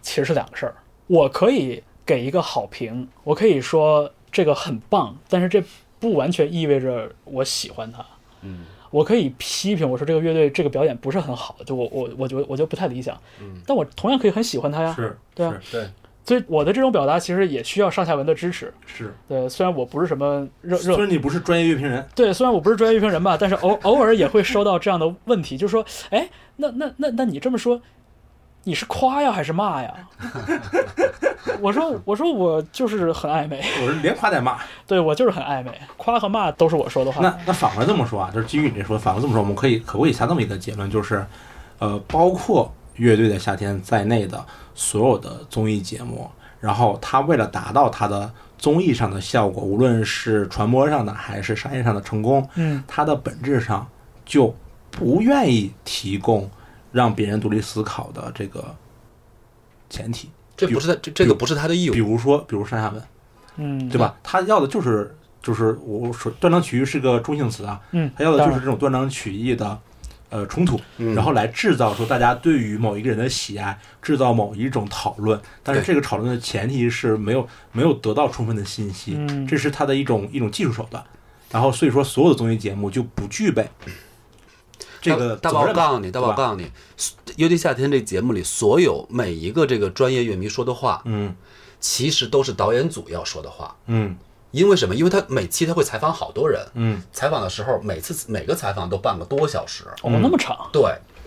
其实是两个事儿。我可以给一个好评，我可以说这个很棒，但是这不完全意味着我喜欢它。
嗯，
我可以批评我说这个乐队这个表演不是很好，就我我我觉得我就不太理想，
嗯，
但我同样可以很喜欢它呀。
是，
对啊
对，
所以我的这种表达其实也需要上下文的支持。
是
对，虽然我不是什么热
是。虽
热，
然你不是专业乐评人，
对，虽然我不是专业乐评人吧，但是偶偶尔也会收到这样的问题，就是说，哎，那那那那你这么说，你是夸呀还是骂呀？ 我说我说我就是很暧昧，
我是连夸带骂。
对我就是很暧昧，夸和骂都是我说的话。
那那反过来这么说啊，就是基于你这说，反过来这么说，我们可以可不可以下这么一个结论，就是，呃，包括乐队的夏天在内的所有的综艺节目，然后他为了达到他的综艺上的效果，无论是传播上的还是商业上的成功，
嗯，
它的本质上就不愿意提供让别人独立思考的这个前提。
这不是他这这个不是他的义务
比。如说，比如上下文，
嗯，
对？吧？他要的就是就是我说断章取义是个中性词啊，
嗯，
他要的就
当
是
然
这种断章取义的呃冲突，
嗯
然后来制造出大家对于某一个人的喜爱，制造某一种讨论。但是
对
这个讨论的前提是没有没有得到充分的信息，
嗯
这是他的一种一种技术手段。然后所以说，所有的综艺节目就不具备这个
大大
责
宝，我
任吧
告诉你，大宝，我
对吧
告诉你，尤其夏天这节目里，所有每一个这个专业乐迷说的话，
嗯
其实都是导演组要说的话。
嗯
因为什么？因为他每期他会采访好多人，
嗯，
采访的时候每次每个采访都半个多小时，
哦，那么长，
对，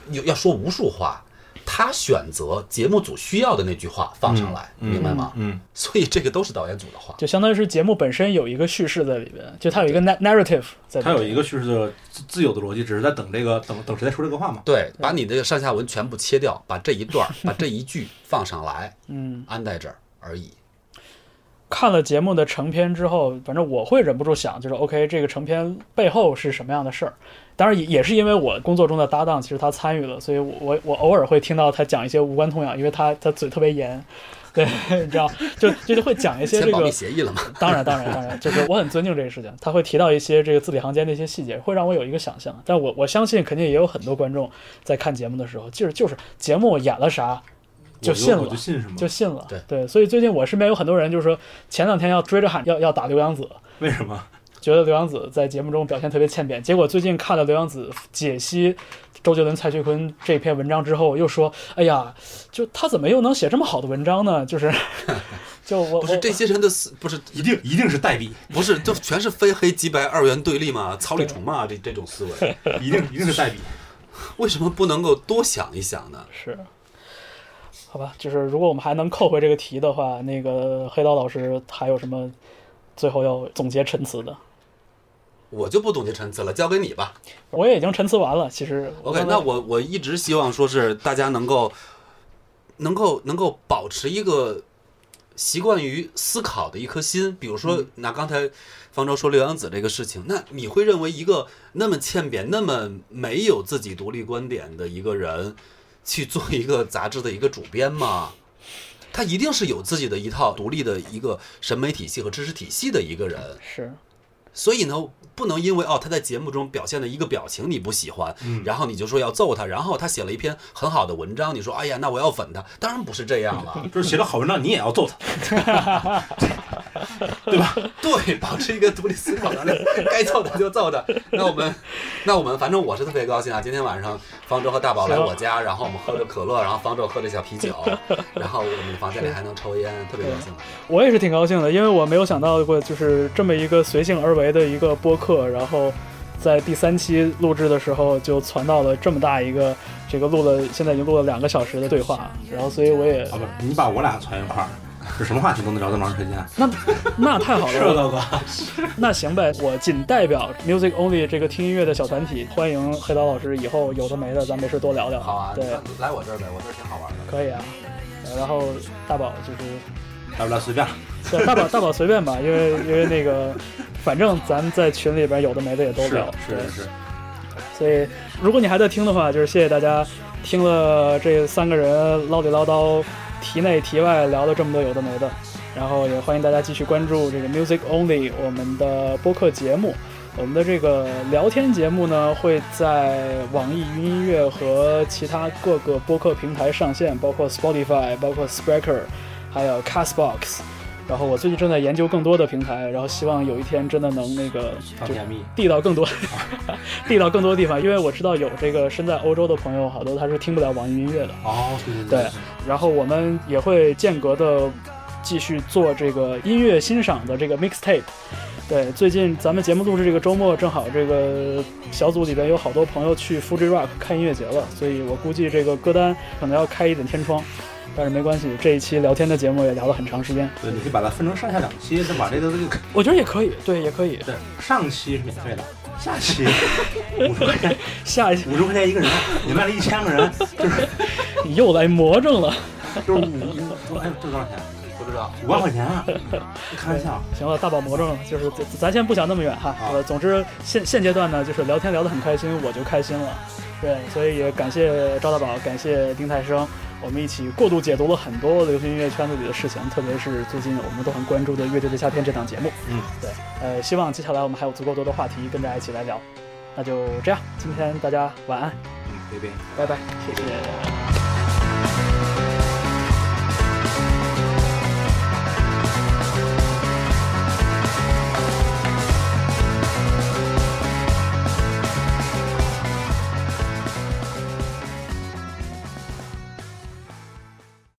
有要说无数话。他选择节目组需要的那句话放上来，明白吗？
嗯，
所以这个都是导演组的话。
就相当于是节目本身有一个叙事在里边，就它有一个 na- narrative 在里边。
他有一个叙事的自自有的逻辑，只是在等这个等等谁在说这个话嘛。
对，把你的上下文全部切掉，把这一段儿、把这一句放上来，
嗯，
安在这儿而已。
看了节目的成片之后，反正我会忍不住想，就是 OK，这个成片背后是什么样的事儿？当然也也是因为我工作中的搭档，其实他参与了，所以我我我偶尔会听到他讲一些无关痛痒，因为他他嘴特别严，对， 你知道，就就就会讲一些
签
这
保密
个。
协议了吗？
当然，当然，当然，就是我很尊敬这个事情。他会提到一些这个字里行间的一些细节，会让我有一个想象。但我我相信，肯定也有很多观众在看节目的时候，就是就是节目演了啥，就
我
信了
我就信什么？
就信了。
对
所以最近我身边有很多人就是说，前两天要追着喊要要打刘洋子，
为什么？
觉得刘洋子在节目中表现特别欠扁。结果最近看了刘洋子解析周杰伦、蔡徐坤这篇文章之后，又说：“哎呀，就他怎么又能写这么好的文章呢？”就是， 就 我
不是
我
这些人的思，不是
一定一定是代笔，
不是，就全是非黑即白二元对立嘛，草履虫嘛，这这种思维，
一定一定是 代笔。，
为什么不能够多想一想呢？
是。好吧，就是如果我们还能扣回这个题的话，那个黑刀老师还有什么最后要总结陈词的？
我就不总结陈词了，交给你吧。
我也已经陈词完了，其实我
OK，
刚才
那我我一直希望说是大家能够能够能够保持一个习惯于思考的一颗心。比如说，拿刚才方舟说刘洋子这个事情，那你会认为一个那么欠扁、那么没有自己独立观点的一个人，去做一个杂志的一个主编吗？他一定是有自己的一套独立的一个审美体系和知识体系的一个人。
是
所以呢，不能因为哦他在节目中表现的一个表情你不喜欢，
嗯
然后你就说要揍他，然后他写了一篇很好的文章，你说哎呀，那我要粉他，当然不是这样 了
就是写了好文章，你也要揍他。
对，保持一个独立思考能力，该揍他就揍他。那我们，那我们反正我是特别高兴啊，今天晚上方舟和大宝来我家，然后我们喝着可乐，然后方舟喝着小啤酒，然后我们房间里还能抽烟，特别高兴。
我也是挺高兴的，因为我没有想到过，就是这么一个随性而为的一个播客，然后在第三期录制的时候就传到了这么大一个，这个录了现在已经录了两个小时的对话，然后所以 我也
啊不，你把我俩攒一块儿，这什么话题都能聊这么长时间，啊
那那太好
是吧，
了，
高哥？
那行呗，我仅代表 Music Only 这个听音乐的小团体，欢迎黑刀老师，以后有的没的咱没事多聊聊，
好啊，
对，
来我这儿呗，我这儿挺好玩的。
可以啊，呃然后大宝就是
来不来随便。
对，大宝大宝随便吧，因为因为那个，反正咱们在群里边有的没的也都聊，
是是是，
对，所以如果你还在听的话，就是谢谢大家听了这三个人唠里唠叨、题内题外聊了这么多有的没的，然后也欢迎大家继续关注这个 Music Only 我们的播客节目。我们的这个聊天节目呢，会在网易云音乐和其他各个播客平台上线，包括 Spotify、包括 Spreaker，还有 Castbox。然后我最近正在研究更多的平台，然后希望有一天真的能那个
当
就
甜蜜。
递到更多， 递到更多地方，因为我知道有这个身在欧洲的朋友，好多他是听不了网易云音乐的。
哦，对对
对，然后我们也会间隔的继续做这个音乐欣赏的这个 mixtape。对，最近咱们节目录制这个周末，正好这个小组里边有好多朋友去 Fuji Rock 看音乐节了，所以我估计这个歌单可能要开一点天窗，但是没关系，这一期聊天的节目也聊了很长时间，
对，你可以把它分成上下两期，再把这个这个
我觉得也可以，对，也可以。
对上期是免费的，下期五十块钱，
下一期
五十块钱一个人，你卖了一千个人，就是
你又来魔怔了。
就是五，哎，这多少钱？
不知道，
五万块钱啊！开玩笑，
行了，大宝魔怔了，就是咱咱先不想那么远哈。
好
呃，总之现现阶段呢，就是聊天聊得很开心，我就开心了。对，所以也感谢赵大宝，感谢丁太生，我们一起过度解读了很多流行音乐圈子里的事情，特别是最近我们都很关注的《乐队的夏天》这档节目。
嗯，
对，呃，希望接下来我们还有足够多的话题跟大家一起来聊。那就这样，今天大家晚安，
嗯，拜拜。
拜拜，谢谢。